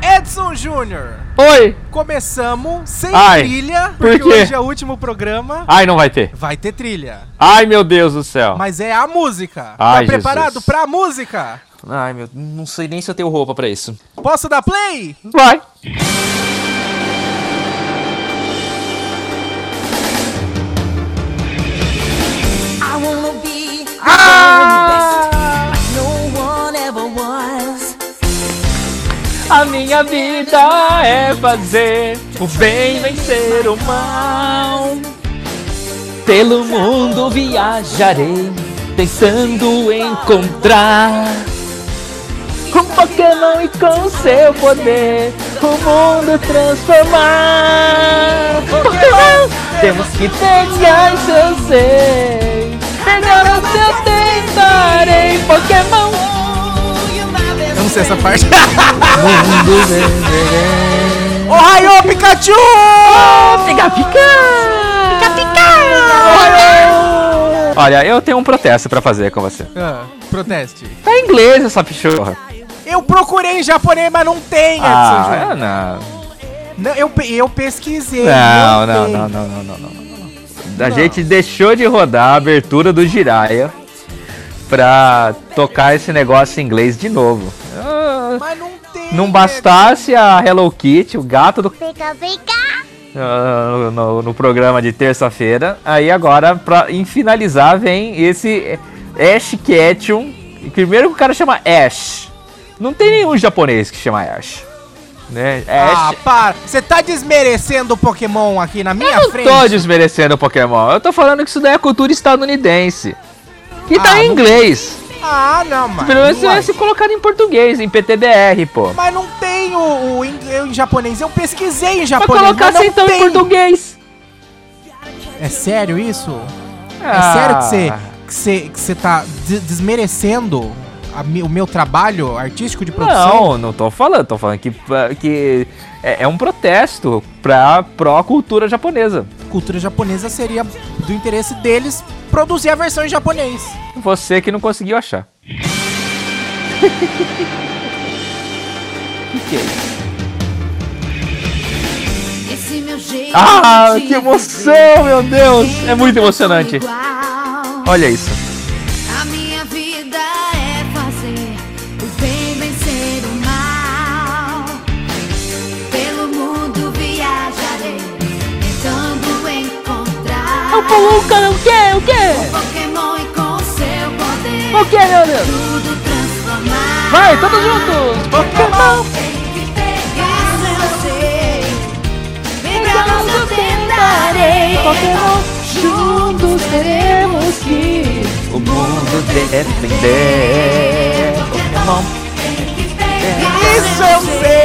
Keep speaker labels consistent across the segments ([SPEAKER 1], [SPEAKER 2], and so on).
[SPEAKER 1] Edson Júnior,
[SPEAKER 2] Oi!
[SPEAKER 1] começamos sem
[SPEAKER 2] Ai,
[SPEAKER 1] trilha,
[SPEAKER 2] por
[SPEAKER 1] porque
[SPEAKER 2] quê?
[SPEAKER 1] hoje é o último programa.
[SPEAKER 2] Ai, não vai ter.
[SPEAKER 1] Vai ter trilha,
[SPEAKER 2] Ai, meu Deus do céu.
[SPEAKER 1] mas é a música.
[SPEAKER 2] Ai,
[SPEAKER 1] tá preparado
[SPEAKER 2] Jesus.
[SPEAKER 1] pra música?
[SPEAKER 3] Ai, meu, não sei nem se eu tenho roupa pra isso.
[SPEAKER 1] Posso dar play?
[SPEAKER 2] Vai.
[SPEAKER 4] I wanna be the
[SPEAKER 2] Ah!
[SPEAKER 4] best no one ever was.
[SPEAKER 2] A minha vida é fazer o bem vencer o mal.
[SPEAKER 3] Pelo mundo viajarei, tentando encontrar
[SPEAKER 2] Com Pokémon e com seu poder, o mundo transformar. Pokémon, temos que pegar seus seis. Pegar o seu tentarei, Pokémon.
[SPEAKER 1] Eu não sei essa parte.
[SPEAKER 2] Ohio, Pikachu! Pica, pica! Pica, pica! Olha, eu tenho um protesto pra fazer com você.
[SPEAKER 1] Ah, proteste.
[SPEAKER 2] Tá em inglês essa É, pichorra.
[SPEAKER 1] Eu procurei em japonês, mas não tem, Edson
[SPEAKER 2] Ah,
[SPEAKER 1] Júnior.
[SPEAKER 2] é, não.
[SPEAKER 1] Não, eu, pe- eu pesquisei.
[SPEAKER 2] Não, não,
[SPEAKER 1] tem.
[SPEAKER 2] não, não, não, não, não, não. A gente deixou de rodar a abertura do Jiraya pra tocar esse negócio em inglês de novo. Ah,
[SPEAKER 1] Mas não tem.
[SPEAKER 2] Não bastasse a Hello Kitty, o gato do
[SPEAKER 5] Fica, fica.
[SPEAKER 2] Ah, no, no programa de terça-feira. Aí agora, pra, em finalizar, vem esse Ash Ketchum. Primeiro que o cara chama Ash. Não tem nenhum japonês que chama Ash. Né?
[SPEAKER 1] Ah,
[SPEAKER 2] Ash.
[SPEAKER 1] para. Você tá desmerecendo o Pokémon aqui na minha
[SPEAKER 2] eu não
[SPEAKER 1] frente?
[SPEAKER 2] tô desmerecendo o Pokémon. Eu tô falando que isso daí é cultura estadunidense. Que
[SPEAKER 1] Ah,
[SPEAKER 2] tá em
[SPEAKER 1] não-
[SPEAKER 2] inglês.
[SPEAKER 1] Ah, não, mano.
[SPEAKER 2] Pelo menos
[SPEAKER 1] Não Ah,
[SPEAKER 2] é se colocar em português, em PTBR, pô.
[SPEAKER 1] Mas não tem o, o em, eu em japonês. Eu pesquisei em
[SPEAKER 2] Pra
[SPEAKER 1] japonês.
[SPEAKER 2] colocar
[SPEAKER 1] mas não
[SPEAKER 2] então em
[SPEAKER 1] tem.
[SPEAKER 2] português.
[SPEAKER 1] É sério isso? É sério que você
[SPEAKER 2] Ah.
[SPEAKER 1] que você que você tá de- desmerecendo a mi- o meu trabalho artístico de produção?
[SPEAKER 2] Não, não tô falando, tô falando que, ah, que é, é um protesto pra pró-cultura japonesa.
[SPEAKER 1] Cultura japonesa seria do interesse deles produzir a versão em japonês.
[SPEAKER 2] Você que não conseguiu achar. que que é isso?
[SPEAKER 4] Esse meu jeito
[SPEAKER 2] Ah,
[SPEAKER 4] de
[SPEAKER 2] que
[SPEAKER 4] viver.
[SPEAKER 2] emoção, meu Deus! É muito emocionante.
[SPEAKER 4] Igual.
[SPEAKER 2] Olha isso.
[SPEAKER 4] A minha vida é fazer o bem vencer o mal. Pelo mundo viajarei, tentando encontrar
[SPEAKER 2] Eu pulo o cara, o quê? O quê?
[SPEAKER 4] Pokémon e com seu poder.
[SPEAKER 2] O quê, meu Deus? É
[SPEAKER 4] Tudo transformar.
[SPEAKER 2] Vai, todos juntos! Pokémon!
[SPEAKER 4] Tem que pegar seu ser. Pegar eu tentarei. Pokémon, juntos teremos que.
[SPEAKER 2] O mundo defender.
[SPEAKER 4] Pokémon, tem que pegar
[SPEAKER 1] Isso
[SPEAKER 2] é
[SPEAKER 4] seu
[SPEAKER 1] eu
[SPEAKER 2] um
[SPEAKER 4] ser.
[SPEAKER 1] sei.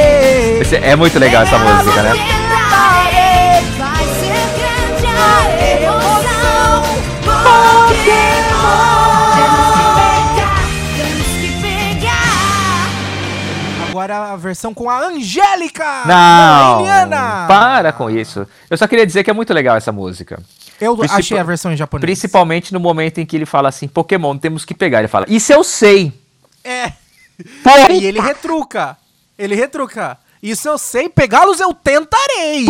[SPEAKER 2] Esse- é muito legal essa música, né?
[SPEAKER 4] Vai ser grande a emoção. Pokémon. Temos que pegar.
[SPEAKER 1] Agora a versão com a Angélica!
[SPEAKER 2] Não!
[SPEAKER 1] Mariana.
[SPEAKER 2] Para com isso. Eu só queria dizer que é muito legal essa música.
[SPEAKER 1] Eu
[SPEAKER 2] Principal-
[SPEAKER 1] achei a versão em japonês.
[SPEAKER 2] Principalmente no momento em que ele fala assim, Pokémon, temos que pegar. Ele fala, isso eu sei.
[SPEAKER 1] É.
[SPEAKER 2] Pô,
[SPEAKER 1] E ele retruca. Ele retruca. Isso eu sei, pegá-los eu tentarei.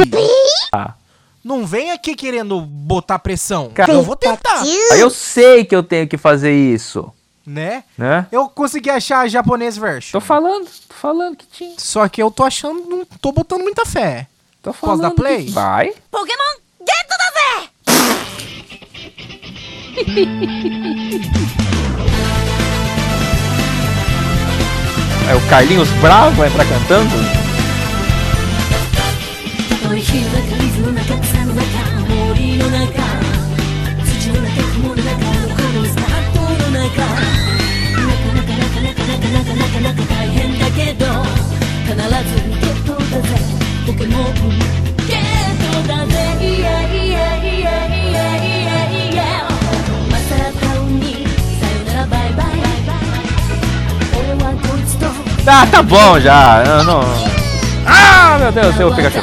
[SPEAKER 1] Não vem aqui querendo botar pressão.
[SPEAKER 2] Tá. Cara,
[SPEAKER 1] eu vou tentar,
[SPEAKER 2] eu sei que eu tenho que fazer isso.
[SPEAKER 1] né?
[SPEAKER 2] Né?
[SPEAKER 1] Eu consegui achar a japonês version.
[SPEAKER 2] Tô falando, tô falando que tinha.
[SPEAKER 1] Só que eu tô achando, não tô botando muita fé.
[SPEAKER 2] Tô
[SPEAKER 1] Posso
[SPEAKER 2] falando
[SPEAKER 1] dar
[SPEAKER 2] que-
[SPEAKER 1] play?
[SPEAKER 2] Vai.
[SPEAKER 4] Pokémon, dentro da Zé!
[SPEAKER 2] É o Carlinhos Bravo vai entrar cantando.
[SPEAKER 4] おい火の中水の中草の中森の中土の中雲の中どこのスタートの中なかなかなかなかなかなかなかなか大変だけど必ずゲットだぜポケモンゲットだぜいやいやいやいやいやいやマサラタウンにさよならバイバイ
[SPEAKER 2] Ah, tá bom já. Não, não. Ah, meu Deus, seu Pikachu.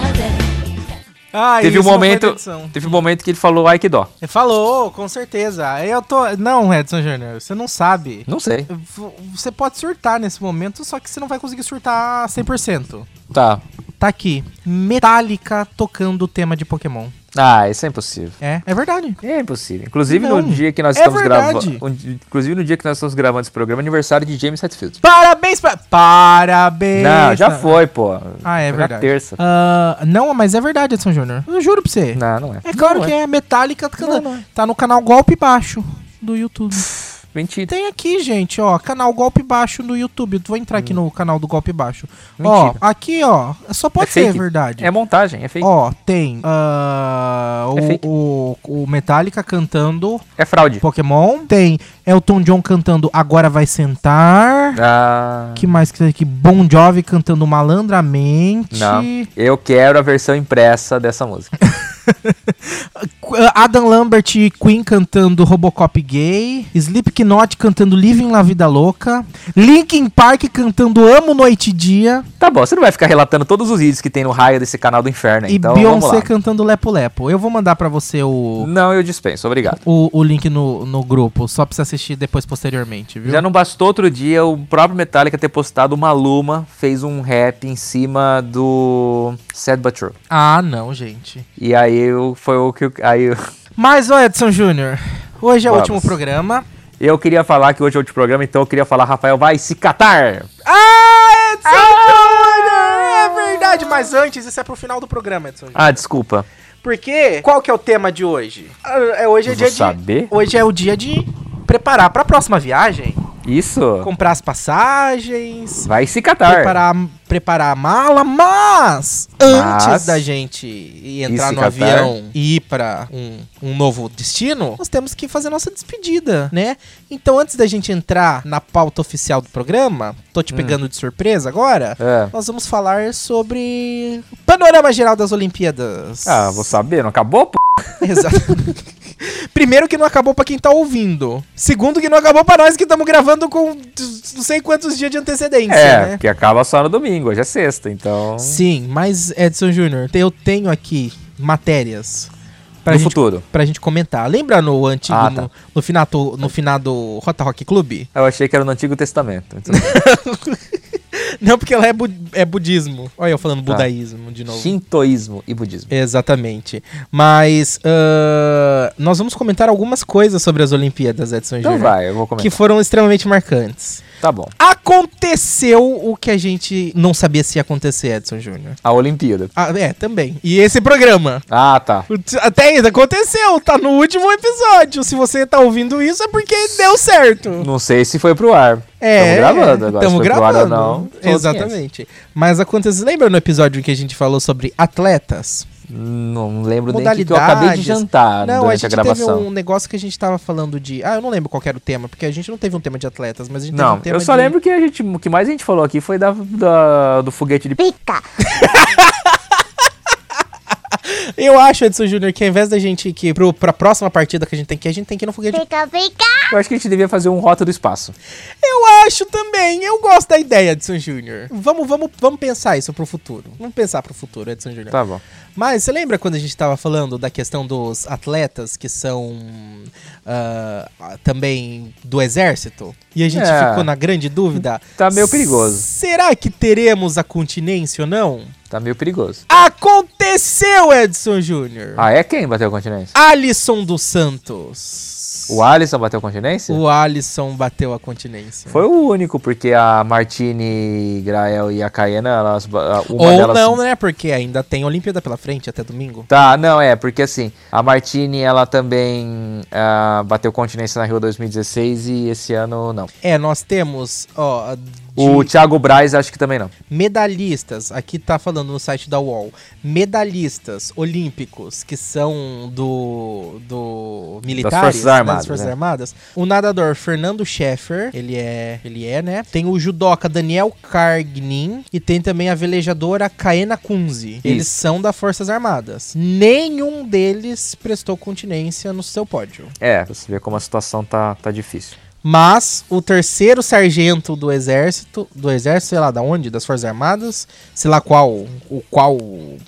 [SPEAKER 1] Ah,
[SPEAKER 2] Teve
[SPEAKER 1] isso não foi da
[SPEAKER 2] um momento,
[SPEAKER 1] edição.
[SPEAKER 2] teve um momento que ele falou ai que dó.
[SPEAKER 1] Ele falou, "Oh, com certeza. Eu tô. Não, Edson Júnior, você não sabe.
[SPEAKER 2] Não sei.
[SPEAKER 1] V- Você pode surtar nesse momento, só que você não vai conseguir surtar 100%.
[SPEAKER 2] Tá.
[SPEAKER 1] Tá aqui. Metallica tocando o tema de Pokémon.
[SPEAKER 2] Ah, isso é impossível.
[SPEAKER 1] É, é verdade.
[SPEAKER 2] É impossível. Inclusive
[SPEAKER 1] Não,
[SPEAKER 2] no dia que nós
[SPEAKER 1] é
[SPEAKER 2] estamos
[SPEAKER 1] verdade.
[SPEAKER 2] gravando, inclusive no dia que nós estamos gravando esse programa, é aniversário de James Hetfield.
[SPEAKER 1] Parabéns pra. Parabéns!
[SPEAKER 2] Não, já
[SPEAKER 1] pra-
[SPEAKER 2] foi, pô.
[SPEAKER 1] Ah, é
[SPEAKER 2] Foi
[SPEAKER 1] verdade.
[SPEAKER 2] Na terça.
[SPEAKER 1] Ah, não, mas é verdade, Edson Júnior. Eu juro pra você.
[SPEAKER 2] Não, não é.
[SPEAKER 1] É claro
[SPEAKER 2] Não
[SPEAKER 1] que é. Metallica
[SPEAKER 2] Não, não é.
[SPEAKER 1] tá no canal Golpe Baixo do YouTube.
[SPEAKER 2] Mentira.
[SPEAKER 1] Tem aqui, gente, ó, canal Golpe Baixo no YouTube. Vou entrar aqui no canal do Golpe Baixo.
[SPEAKER 2] Hum. Mentira.
[SPEAKER 1] Ó, aqui, ó, só pode
[SPEAKER 2] É
[SPEAKER 1] ser
[SPEAKER 2] fake.
[SPEAKER 1] verdade.
[SPEAKER 2] É montagem, é fake.
[SPEAKER 1] Ó, tem ah,
[SPEAKER 2] É fake.
[SPEAKER 1] o, o, o Metallica cantando
[SPEAKER 2] É fraude.
[SPEAKER 1] Pokémon. Tem Elton John cantando Agora Vai Sentar.
[SPEAKER 2] Ah.
[SPEAKER 1] Que mais que tem aqui? Bon Jovi cantando Malandramente.
[SPEAKER 2] Não. Eu quero a versão impressa dessa música.
[SPEAKER 1] Adam Lambert e Queen cantando Robocop Gay, Slipknot cantando Living La Vida Louca, Linkin Park cantando Amo Noite e Dia
[SPEAKER 2] tá bom, você não vai ficar relatando todos os vídeos que tem no raio desse canal do inferno,
[SPEAKER 1] e
[SPEAKER 2] então vamos
[SPEAKER 1] Beyoncé
[SPEAKER 2] lá.
[SPEAKER 1] cantando Lepo Lepo. Eu vou mandar pra você o,
[SPEAKER 2] Não, eu dispenso, obrigado.
[SPEAKER 1] o, o link no, no grupo, só pra você assistir depois posteriormente, viu?
[SPEAKER 2] Já não bastou outro dia o próprio Metallica ter postado uma Luma, fez um rap em cima do Sad But True.
[SPEAKER 1] Ah, não, gente.
[SPEAKER 2] E aí eu- foi o que eu- aí eu-
[SPEAKER 1] Mas, ô Edson Júnior, hoje é
[SPEAKER 2] Vamos.
[SPEAKER 1] o último programa.
[SPEAKER 2] eu queria falar que hoje é o último programa, então eu queria falar Rafael vai se catar.
[SPEAKER 1] Ah, Edson Júnior! É verdade, mas antes, isso é pro final do programa, Edson Júnior.
[SPEAKER 2] Ah, desculpa.
[SPEAKER 1] Porque qual que é o tema de hoje? Ah, é, Hoje é
[SPEAKER 2] Vou
[SPEAKER 1] dia de
[SPEAKER 2] saber.
[SPEAKER 1] Hoje é o dia de preparar pra próxima viagem,
[SPEAKER 2] Isso.
[SPEAKER 1] comprar as passagens,
[SPEAKER 2] Vai se catar.
[SPEAKER 1] preparar, preparar a mala, mas, antes da gente ir entrar
[SPEAKER 2] Isso,
[SPEAKER 1] no
[SPEAKER 2] Catar.
[SPEAKER 1] avião e ir pra um, um novo destino, nós temos que fazer nossa despedida, né? Então antes da gente entrar na pauta oficial do programa, tô te pegando de surpresa agora.
[SPEAKER 2] Hum. É.
[SPEAKER 1] Nós vamos falar sobre o panorama geral das Olimpíadas.
[SPEAKER 2] Ah, vou saber, não acabou, p...
[SPEAKER 1] Exato. Primeiro que não acabou pra quem tá ouvindo. Segundo que não acabou pra nós que estamos gravando com d- não sei quantos dias de antecedência,
[SPEAKER 2] É,
[SPEAKER 1] né?
[SPEAKER 2] porque acaba só no domingo, hoje é sexta, então.
[SPEAKER 1] Uhum. Sim, mas Edson Júnior, te- eu tenho aqui matérias pra,
[SPEAKER 2] No
[SPEAKER 1] gente,
[SPEAKER 2] futuro.
[SPEAKER 1] pra gente comentar. Lembra no antigo,
[SPEAKER 2] Ah,
[SPEAKER 1] no,
[SPEAKER 2] tá.
[SPEAKER 1] no, finato, no finado Rota Rock Club?
[SPEAKER 2] Eu achei que era no Antigo Testamento. Então...
[SPEAKER 1] Não, porque lá é, bu- é budismo. Olha eu falando
[SPEAKER 2] Tá.
[SPEAKER 1] budaísmo de novo.
[SPEAKER 2] Shintoísmo e budismo.
[SPEAKER 1] Exatamente. Mas ah, nós vamos comentar algumas coisas sobre as Olimpíadas, Edson
[SPEAKER 2] Então
[SPEAKER 1] Júnior.
[SPEAKER 2] vai, eu vou
[SPEAKER 1] que
[SPEAKER 2] comentar.
[SPEAKER 1] foram extremamente marcantes.
[SPEAKER 2] Tá bom.
[SPEAKER 1] Aconteceu o que a gente não sabia se ia acontecer, Edson Júnior.
[SPEAKER 2] A Olimpíada.
[SPEAKER 1] Ah, é, também. E esse programa.
[SPEAKER 2] Ah, tá.
[SPEAKER 1] Putz, Até ainda aconteceu, tá no último episódio. Se você tá ouvindo isso, é porque deu certo.
[SPEAKER 2] Não sei se foi pro ar.
[SPEAKER 1] É,
[SPEAKER 2] Tamo gravando agora.
[SPEAKER 1] Estamos
[SPEAKER 2] se foi pro ar ou
[SPEAKER 1] gravando.
[SPEAKER 2] não. sou desconhecido.
[SPEAKER 1] Exatamente. Mas aconteceu. Lembra no episódio em que a gente falou sobre atletas?
[SPEAKER 2] Não lembro nem o que que eu
[SPEAKER 1] modalidades.
[SPEAKER 2] acabei de jantar
[SPEAKER 1] não,
[SPEAKER 2] durante
[SPEAKER 1] a gente
[SPEAKER 2] gravação.
[SPEAKER 1] teve um negócio que a gente tava falando de. Ah, eu não lembro qual que era o tema, porque a gente não teve um tema de atletas, mas a gente
[SPEAKER 2] Não,
[SPEAKER 1] teve um tema
[SPEAKER 2] eu só
[SPEAKER 1] de-
[SPEAKER 2] lembro que a gente, o que mais a gente falou aqui foi da, da- do foguete de pica.
[SPEAKER 1] Eu acho, Edson Júnior, que ao invés da gente ir que pro, pra próxima partida que a gente tem que ir, a gente tem que ir no foguete.
[SPEAKER 2] Eu acho que a gente devia fazer um rota do espaço.
[SPEAKER 1] Eu acho também, eu gosto da ideia, Edson Júnior. Vamos, vamos, vamos pensar isso pro futuro. Vamos pensar pro futuro, Edson Júnior.
[SPEAKER 2] Tá bom.
[SPEAKER 1] Mas você lembra quando a gente tava falando da questão dos atletas que são ah, também do exército? E a gente
[SPEAKER 2] É.
[SPEAKER 1] ficou na grande dúvida.
[SPEAKER 2] Tá meio perigoso.
[SPEAKER 1] Será que teremos a continência ou não?
[SPEAKER 2] Tá meio perigoso.
[SPEAKER 1] Aconteceu, Edson Júnior!
[SPEAKER 2] Ah, é quem bateu continência?
[SPEAKER 1] Alisson dos Santos.
[SPEAKER 2] O Alisson bateu continência?
[SPEAKER 1] Ah, O Alisson bateu a continência.
[SPEAKER 2] Foi o único, porque a Martine, Grael e a Caena, elas, ba- uma
[SPEAKER 1] Ou
[SPEAKER 2] delas...
[SPEAKER 1] não, né? Porque ainda tem Olimpíada pela frente até domingo.
[SPEAKER 2] Tá, não, é, porque assim, a Martini, ela também ah, bateu continência na Rio 2016 e esse ano não.
[SPEAKER 1] É, nós temos, ó, de
[SPEAKER 2] O Thiago Braz, acho que também não.
[SPEAKER 1] medalhistas, aqui tá falando no site da UOL, medalhistas olímpicos que são do, do militares,
[SPEAKER 2] Forças
[SPEAKER 1] né,
[SPEAKER 2] Armadas,
[SPEAKER 1] Forças
[SPEAKER 2] né?
[SPEAKER 1] Armadas. O nadador Fernando Scheffer, ele é, ele é, né? Tem o judoca Daniel Cargnin e tem também a velejadora Kaena Kunze. Eles
[SPEAKER 2] Isso.
[SPEAKER 1] são das Forças Armadas. Nenhum deles prestou continência no seu pódio.
[SPEAKER 2] É, pra você ver como a situação tá, tá difícil.
[SPEAKER 1] Mas o terceiro sargento do exército, do exército, sei lá da onde, das Forças Armadas, sei lá qual, o qual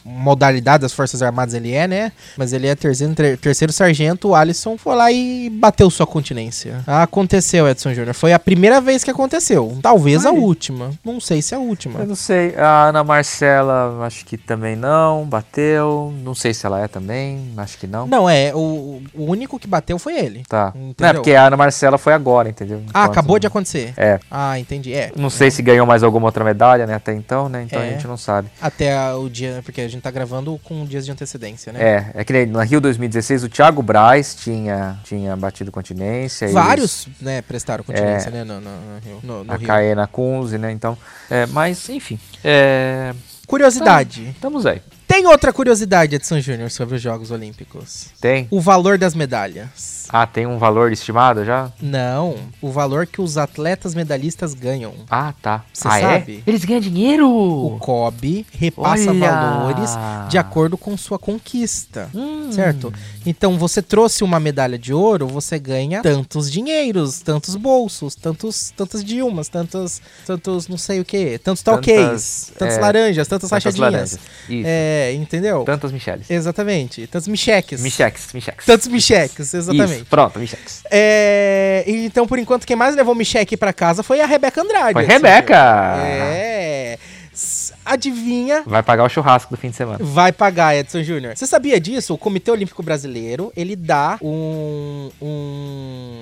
[SPEAKER 1] modalidade das Forças Armadas ele é, né? Mas ele é terceiro, ter- terceiro sargento, o Alisson foi lá e bateu sua continência. Aconteceu, Edson Júnior. Foi a primeira vez que aconteceu. Talvez a última. Não sei se é a última.
[SPEAKER 2] Eu não sei. A Ana Marcela, acho que também não. Bateu. Não sei se ela é também. Acho que não.
[SPEAKER 1] Não, é, o, o único que bateu foi ele.
[SPEAKER 2] Tá.
[SPEAKER 1] Entendeu?
[SPEAKER 2] Não, é porque a Ana Marcela foi agora, entendeu?
[SPEAKER 1] Ah, acabou de acontecer.
[SPEAKER 2] É.
[SPEAKER 1] Ah, entendi. É,
[SPEAKER 2] Não sei se ganhou mais alguma outra medalha, né? Até então, né? Então a
[SPEAKER 1] É.
[SPEAKER 2] gente não sabe.
[SPEAKER 1] até a- o dia, porque a gente tá gravando com dias de antecedência, né?
[SPEAKER 2] É, é que nem na Rio 2016 o Thiago Braz tinha, tinha batido continência. e
[SPEAKER 1] Vários, né, prestaram continência,
[SPEAKER 2] É.
[SPEAKER 1] né, no, no- no Rio. no- no
[SPEAKER 2] A
[SPEAKER 1] Rio.
[SPEAKER 2] Caena Kunze, né? Então. É, mas, enfim. É,
[SPEAKER 1] Curiosidade.
[SPEAKER 2] estamos aí.
[SPEAKER 1] Tem outra curiosidade, Edson Júnior, sobre os Jogos Olímpicos.
[SPEAKER 2] Tem?
[SPEAKER 1] O valor das medalhas.
[SPEAKER 2] Ah, tem um valor estimado já?
[SPEAKER 1] Não, o valor que os atletas medalistas ganham.
[SPEAKER 2] Ah, tá.
[SPEAKER 1] Você
[SPEAKER 2] ah,
[SPEAKER 1] sabe?
[SPEAKER 2] É? Eles ganham
[SPEAKER 1] O
[SPEAKER 2] dinheiro!
[SPEAKER 1] COB repassa
[SPEAKER 2] Olha!
[SPEAKER 1] valores de acordo com sua conquista,
[SPEAKER 2] Hum.
[SPEAKER 1] certo? Então, você trouxe uma medalha de ouro, você ganha tantos dinheiros, tantos bolsos, tantos, tantas Dilmas, tantos, tantos não sei o que, tantos talqueis, tantas
[SPEAKER 2] é,
[SPEAKER 1] laranjas, tantas,
[SPEAKER 2] tantas
[SPEAKER 1] rachadinhas.
[SPEAKER 2] laranjas. Isso.
[SPEAKER 1] É, entendeu?
[SPEAKER 2] Tantas Michelles.
[SPEAKER 1] Exatamente. Tantos micheques.
[SPEAKER 2] Micheques, Micheques.
[SPEAKER 1] Tantos micheques, exatamente.
[SPEAKER 2] Isso, pronto, Micheques.
[SPEAKER 1] É, então, por enquanto, quem mais levou o Micheque pra casa foi a Rebeca Andrade.
[SPEAKER 2] Foi
[SPEAKER 1] Edson
[SPEAKER 2] Rebeca!
[SPEAKER 1] Júnior. É. S- Adivinha
[SPEAKER 2] Vai pagar o churrasco do fim de semana.
[SPEAKER 1] Vai pagar, Edson Júnior. Você sabia disso? O Comitê Olímpico Brasileiro, ele dá um, um,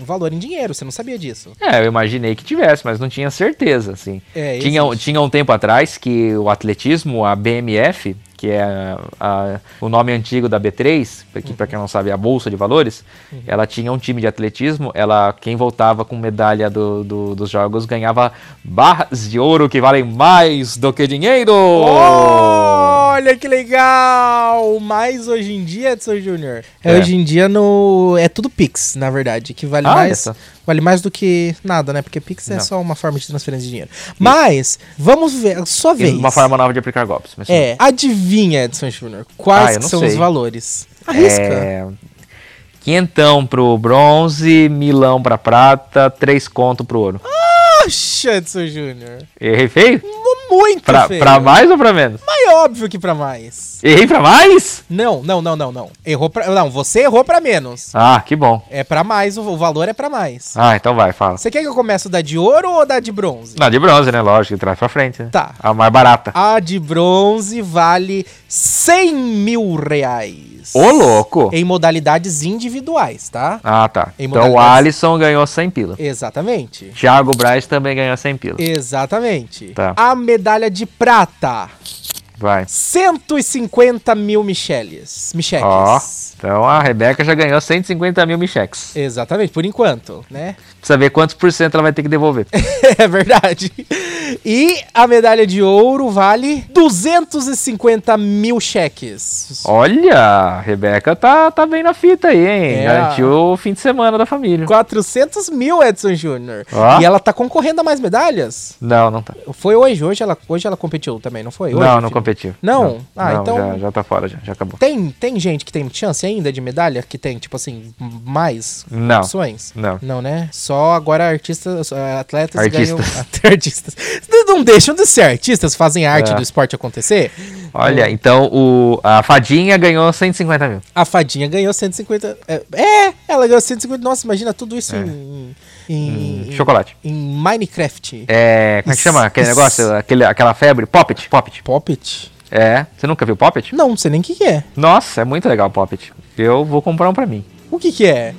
[SPEAKER 1] um valor em dinheiro. Você não sabia disso?
[SPEAKER 2] É, eu imaginei que tivesse, mas não tinha certeza, assim.
[SPEAKER 1] É,
[SPEAKER 2] tinha,
[SPEAKER 1] existe.
[SPEAKER 2] tinha um tempo atrás que o atletismo, a BMF, que é a- a- o nome antigo da B3, pra que para quem não sabe é a Bolsa de Valores,
[SPEAKER 1] Uhum.
[SPEAKER 2] ela tinha um time de atletismo, ela quem voltava com medalha do- do- dos jogos ganhava barras de ouro que valem mais do que dinheiro! Oh!
[SPEAKER 1] Olha que legal! Mas hoje em dia, Edson Júnior, é,
[SPEAKER 2] É.
[SPEAKER 1] hoje em dia no é tudo Pix, na verdade, que vale
[SPEAKER 2] Ah,
[SPEAKER 1] mais,
[SPEAKER 2] essa.
[SPEAKER 1] vale mais do que nada, né? Porque Pix é
[SPEAKER 2] Não.
[SPEAKER 1] só uma forma de transferência de dinheiro. Mas vamos ver, a sua
[SPEAKER 2] E
[SPEAKER 1] vez.
[SPEAKER 2] uma forma nova de aplicar golpes. Mas
[SPEAKER 1] É, adivinha, Edson Júnior, quais
[SPEAKER 2] Ah, eu
[SPEAKER 1] que
[SPEAKER 2] não
[SPEAKER 1] são os
[SPEAKER 2] sei.
[SPEAKER 1] valores? Arrisca.
[SPEAKER 2] É, quinhentão pro bronze, milão pra prata, três conto pro ouro.
[SPEAKER 1] Poxa, Edson Júnior.
[SPEAKER 2] Errei feio?
[SPEAKER 1] Mu- Muito
[SPEAKER 2] Pra,
[SPEAKER 1] feio.
[SPEAKER 2] pra mais ou pra menos?
[SPEAKER 1] Mas é óbvio que pra mais.
[SPEAKER 2] Errei pra mais?
[SPEAKER 1] Não, não, não, não, não. Errou pra... Não, você errou pra menos.
[SPEAKER 2] Ah, que bom.
[SPEAKER 1] É pra mais, o o valor é pra mais.
[SPEAKER 2] Ah, então vai, fala.
[SPEAKER 1] Você quer que eu comece da de ouro ou da de bronze?
[SPEAKER 2] Não, de bronze, né? Lógico, traz pra frente. Né?
[SPEAKER 1] Tá.
[SPEAKER 2] A mais barata.
[SPEAKER 1] A de bronze vale 100 mil reais.
[SPEAKER 2] Ô, louco!
[SPEAKER 1] Em modalidades individuais, tá?
[SPEAKER 2] Ah, tá.
[SPEAKER 1] Em
[SPEAKER 2] Então o
[SPEAKER 1] modalidades-
[SPEAKER 2] Alisson ganhou 100 pila.
[SPEAKER 1] Exatamente.
[SPEAKER 2] Thiago Braz também ganhou 100 pila.
[SPEAKER 1] Exatamente.
[SPEAKER 2] Tá.
[SPEAKER 1] A medalha de prata,
[SPEAKER 2] Vai.
[SPEAKER 1] 150 mil micheles. Micheques.
[SPEAKER 2] Ó. Então a Rebeca já ganhou 150 mil micheques.
[SPEAKER 1] Exatamente, por enquanto, né?
[SPEAKER 2] Precisa ver quantos por cento ela vai ter que devolver.
[SPEAKER 1] É verdade. E a medalha de ouro vale 250 mil cheques.
[SPEAKER 2] Olha, a Rebeca tá, tá bem na fita aí, hein?
[SPEAKER 1] É,
[SPEAKER 2] Garantiu o fim de semana da família.
[SPEAKER 1] 400 mil, Edson Júnior.
[SPEAKER 2] Ó.
[SPEAKER 1] E ela tá concorrendo a mais medalhas?
[SPEAKER 2] Não, não tá.
[SPEAKER 1] Foi hoje, hoje ela, hoje ela competiu também, não foi? Hoje,
[SPEAKER 2] não, não
[SPEAKER 1] filho?
[SPEAKER 2] competiu.
[SPEAKER 1] Não? Ah, então-
[SPEAKER 2] Já, já tá fora, já, já acabou.
[SPEAKER 1] Tem, tem gente que tem chance ainda de medalha? Que tem, tipo assim, mais
[SPEAKER 2] Não.
[SPEAKER 1] opções?
[SPEAKER 2] Não.
[SPEAKER 1] Não, né? Só agora artistas, eh, atletas
[SPEAKER 2] Artistas.
[SPEAKER 1] ganham... artistas. Não deixam de ser artistas, fazem a arte
[SPEAKER 2] É.
[SPEAKER 1] do esporte acontecer.
[SPEAKER 2] Olha, então o, a fadinha ganhou 150 mil.
[SPEAKER 1] A fadinha ganhou 150. É, é, ela ganhou 150. Nossa, imagina tudo isso em, em, em-
[SPEAKER 2] É. Hum, Chocolate.
[SPEAKER 1] em Minecraft.
[SPEAKER 2] É. Como é que
[SPEAKER 1] Isso,
[SPEAKER 2] chama aquele
[SPEAKER 1] isso.
[SPEAKER 2] negócio? Aquele, aquela febre? Poppet? Poppet.
[SPEAKER 1] Poppet?
[SPEAKER 2] É. Você nunca viu Poppet?
[SPEAKER 1] Não, não sei nem o que, que é.
[SPEAKER 2] Nossa, é muito legal o Poppet. Eu vou comprar um pra mim.
[SPEAKER 1] O que, que é?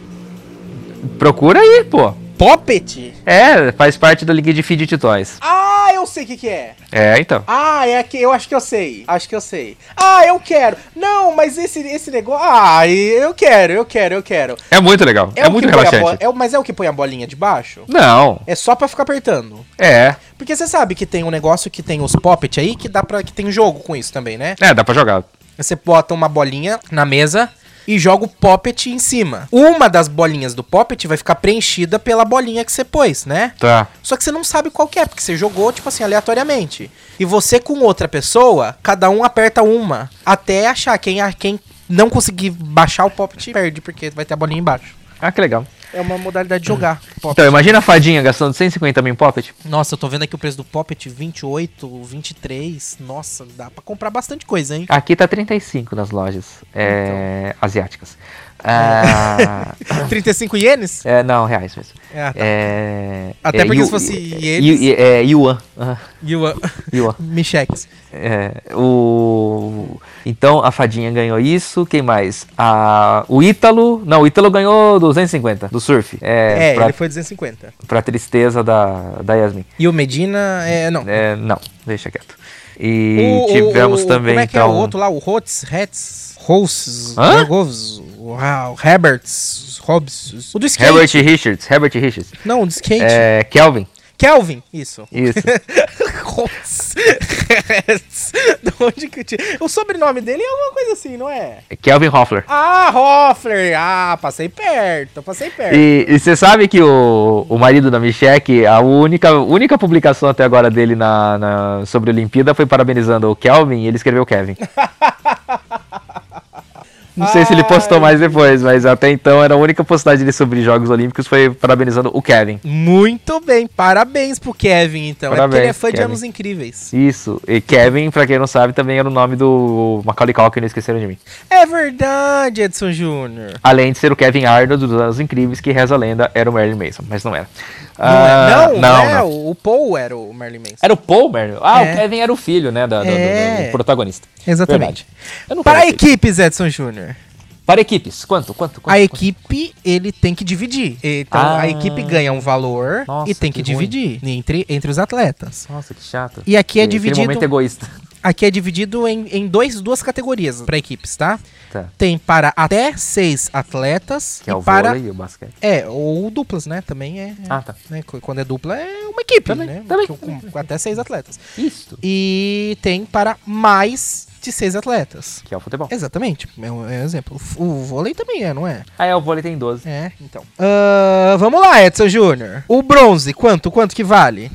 [SPEAKER 2] Procura aí, pô.
[SPEAKER 1] Poppet?
[SPEAKER 2] É, faz parte da Liga de Fidget Toys.
[SPEAKER 1] Ah, eu sei o que, que é.
[SPEAKER 2] É, então.
[SPEAKER 1] Ah, é aqui. Eu acho que eu sei. Acho que eu sei. Ah, eu quero. Não, mas esse, esse negócio. Ah, eu quero, eu quero, eu quero.
[SPEAKER 2] É muito legal. É,
[SPEAKER 1] o
[SPEAKER 2] muito
[SPEAKER 1] que põe a bo-
[SPEAKER 2] relaxante.
[SPEAKER 1] é o- mas é o que põe a bolinha de baixo?
[SPEAKER 2] Não.
[SPEAKER 1] É só pra ficar apertando.
[SPEAKER 2] É.
[SPEAKER 1] Porque você sabe que tem um negócio que tem os poppet aí que dá para que tem jogo com isso também, né?
[SPEAKER 2] É, dá pra jogar.
[SPEAKER 1] Você bota uma bolinha na mesa e joga o poppet em cima. Uma das bolinhas do poppet vai ficar preenchida pela bolinha que você pôs, né?
[SPEAKER 2] Tá.
[SPEAKER 1] Só que você não sabe qual que é, porque você jogou, tipo assim, aleatoriamente. E você com outra pessoa, cada um aperta uma. Até achar quem, quem não conseguir baixar o poppet perde, porque vai ter a bolinha embaixo.
[SPEAKER 2] Ah, que legal.
[SPEAKER 1] É uma modalidade de jogar. Pocket.
[SPEAKER 2] Então, imagina a fadinha gastando 150 mil em pocket.
[SPEAKER 1] Nossa, eu tô vendo aqui o preço do Pocket 28, 23. Nossa, dá pra comprar bastante coisa, hein?
[SPEAKER 2] Aqui tá 35 nas lojas é,
[SPEAKER 1] Então.
[SPEAKER 2] asiáticas.
[SPEAKER 1] É.
[SPEAKER 2] Ah,
[SPEAKER 1] 35 ienes?
[SPEAKER 2] é, não, reais mesmo.
[SPEAKER 1] É, tá.
[SPEAKER 2] É,
[SPEAKER 1] Até porque
[SPEAKER 2] yu-
[SPEAKER 1] se fosse
[SPEAKER 2] é,
[SPEAKER 1] ienes-
[SPEAKER 2] yu- é, Yuan. Aham,
[SPEAKER 1] Yuan.
[SPEAKER 2] Yuan.
[SPEAKER 1] Me cheques.
[SPEAKER 2] É, o... Então a Fadinha ganhou isso. Quem mais? A... O Ítalo. Não, o Ítalo ganhou 250 do surf. É,
[SPEAKER 1] É,
[SPEAKER 2] pra,
[SPEAKER 1] ele foi 250.
[SPEAKER 2] pra tristeza da, da Yasmin.
[SPEAKER 1] E o Medina, é, não.
[SPEAKER 2] É, não, deixa quieto. E
[SPEAKER 1] O- o-
[SPEAKER 2] tivemos
[SPEAKER 1] o-
[SPEAKER 2] também.
[SPEAKER 1] Como é que
[SPEAKER 2] então...
[SPEAKER 1] é o outro lá? O Hotz, Hetz, Holz,
[SPEAKER 2] Hã?
[SPEAKER 1] Bergovs, o Herberts, Hobbs. O do skate.
[SPEAKER 2] Herbert Richards. Herbert Richards.
[SPEAKER 1] Não, o do skate.
[SPEAKER 2] É, Kelvin.
[SPEAKER 1] Kelvin. Isso.
[SPEAKER 2] Isso.
[SPEAKER 1] Holtz. Hertz. De onde que tinha? O sobrenome dele é alguma coisa assim, não é?
[SPEAKER 2] Kelvin Hoffler.
[SPEAKER 1] Ah, Hoffler. Ah, passei perto, passei perto.
[SPEAKER 2] E e você sabe que o, o marido da Michelle, a única, única publicação até agora dele na, na- sobre a Olimpíada foi parabenizando o Kelvin e ele escreveu Kevin. Não sei se ele postou mais depois, mas até então era a única postagem dele sobre Jogos Olímpicos foi parabenizando o Kevin.
[SPEAKER 1] Muito bem, parabéns pro Kevin, então. é porque ele é
[SPEAKER 2] Parabéns,
[SPEAKER 1] fã de
[SPEAKER 2] Kevin.
[SPEAKER 1] anos incríveis.
[SPEAKER 2] Isso. E Kevin, pra quem não sabe, também era o nome do Macaulay Culkin, não esqueceram de mim.
[SPEAKER 1] É verdade, Edson Júnior.
[SPEAKER 2] Além de ser o Kevin Arnold dos Anos Incríveis, que reza a lenda, era o Marilyn Mason, mas não era.
[SPEAKER 1] Não, é-
[SPEAKER 2] Ah,
[SPEAKER 1] não, é, o- O Paul era o Merlin Manson.
[SPEAKER 3] Era o Paul, Merlin? Ah,
[SPEAKER 1] É.
[SPEAKER 3] o Kevin era o filho, né? Da, do- do- do-
[SPEAKER 1] É.
[SPEAKER 3] do protagonista.
[SPEAKER 1] Exatamente.
[SPEAKER 3] Verdade. Eu não
[SPEAKER 1] Para
[SPEAKER 3] conheço ele.
[SPEAKER 1] equipes, Edson Júnior.
[SPEAKER 3] Para equipes. Quanto? Quanto? quanto
[SPEAKER 1] A equipe, ele tem que dividir. Então, a
[SPEAKER 3] Ah.
[SPEAKER 1] equipe ganha um valor
[SPEAKER 3] Nossa,
[SPEAKER 1] e tem que,
[SPEAKER 3] que ruim.
[SPEAKER 1] dividir entre, entre os atletas.
[SPEAKER 3] Nossa, que chato.
[SPEAKER 1] E aqui é
[SPEAKER 3] Aquele
[SPEAKER 1] dividido,
[SPEAKER 3] momento egoísta.
[SPEAKER 1] aqui é dividido em, em dois, duas categorias para equipes, tá?
[SPEAKER 2] Tá.
[SPEAKER 1] Tem para até seis atletas
[SPEAKER 2] Que
[SPEAKER 1] e
[SPEAKER 2] é o
[SPEAKER 1] para
[SPEAKER 2] vôlei e o basquete.
[SPEAKER 1] É, ou duplas, né? Também é. é,
[SPEAKER 2] Ah, tá.
[SPEAKER 1] né? Qu- Quando é dupla, é uma equipe,
[SPEAKER 3] Também,
[SPEAKER 1] né?
[SPEAKER 3] também,
[SPEAKER 1] Com- com- com até seis atletas.
[SPEAKER 3] Isso.
[SPEAKER 1] E tem para mais de seis atletas.
[SPEAKER 2] Que é o futebol.
[SPEAKER 1] Exatamente, é um, é um exemplo. O f- O vôlei também é, não é?
[SPEAKER 2] Ah, é, o vôlei tem 12.
[SPEAKER 1] É, então. Ah, vamos lá, Edson Júnior. O bronze, quanto? Quanto que vale?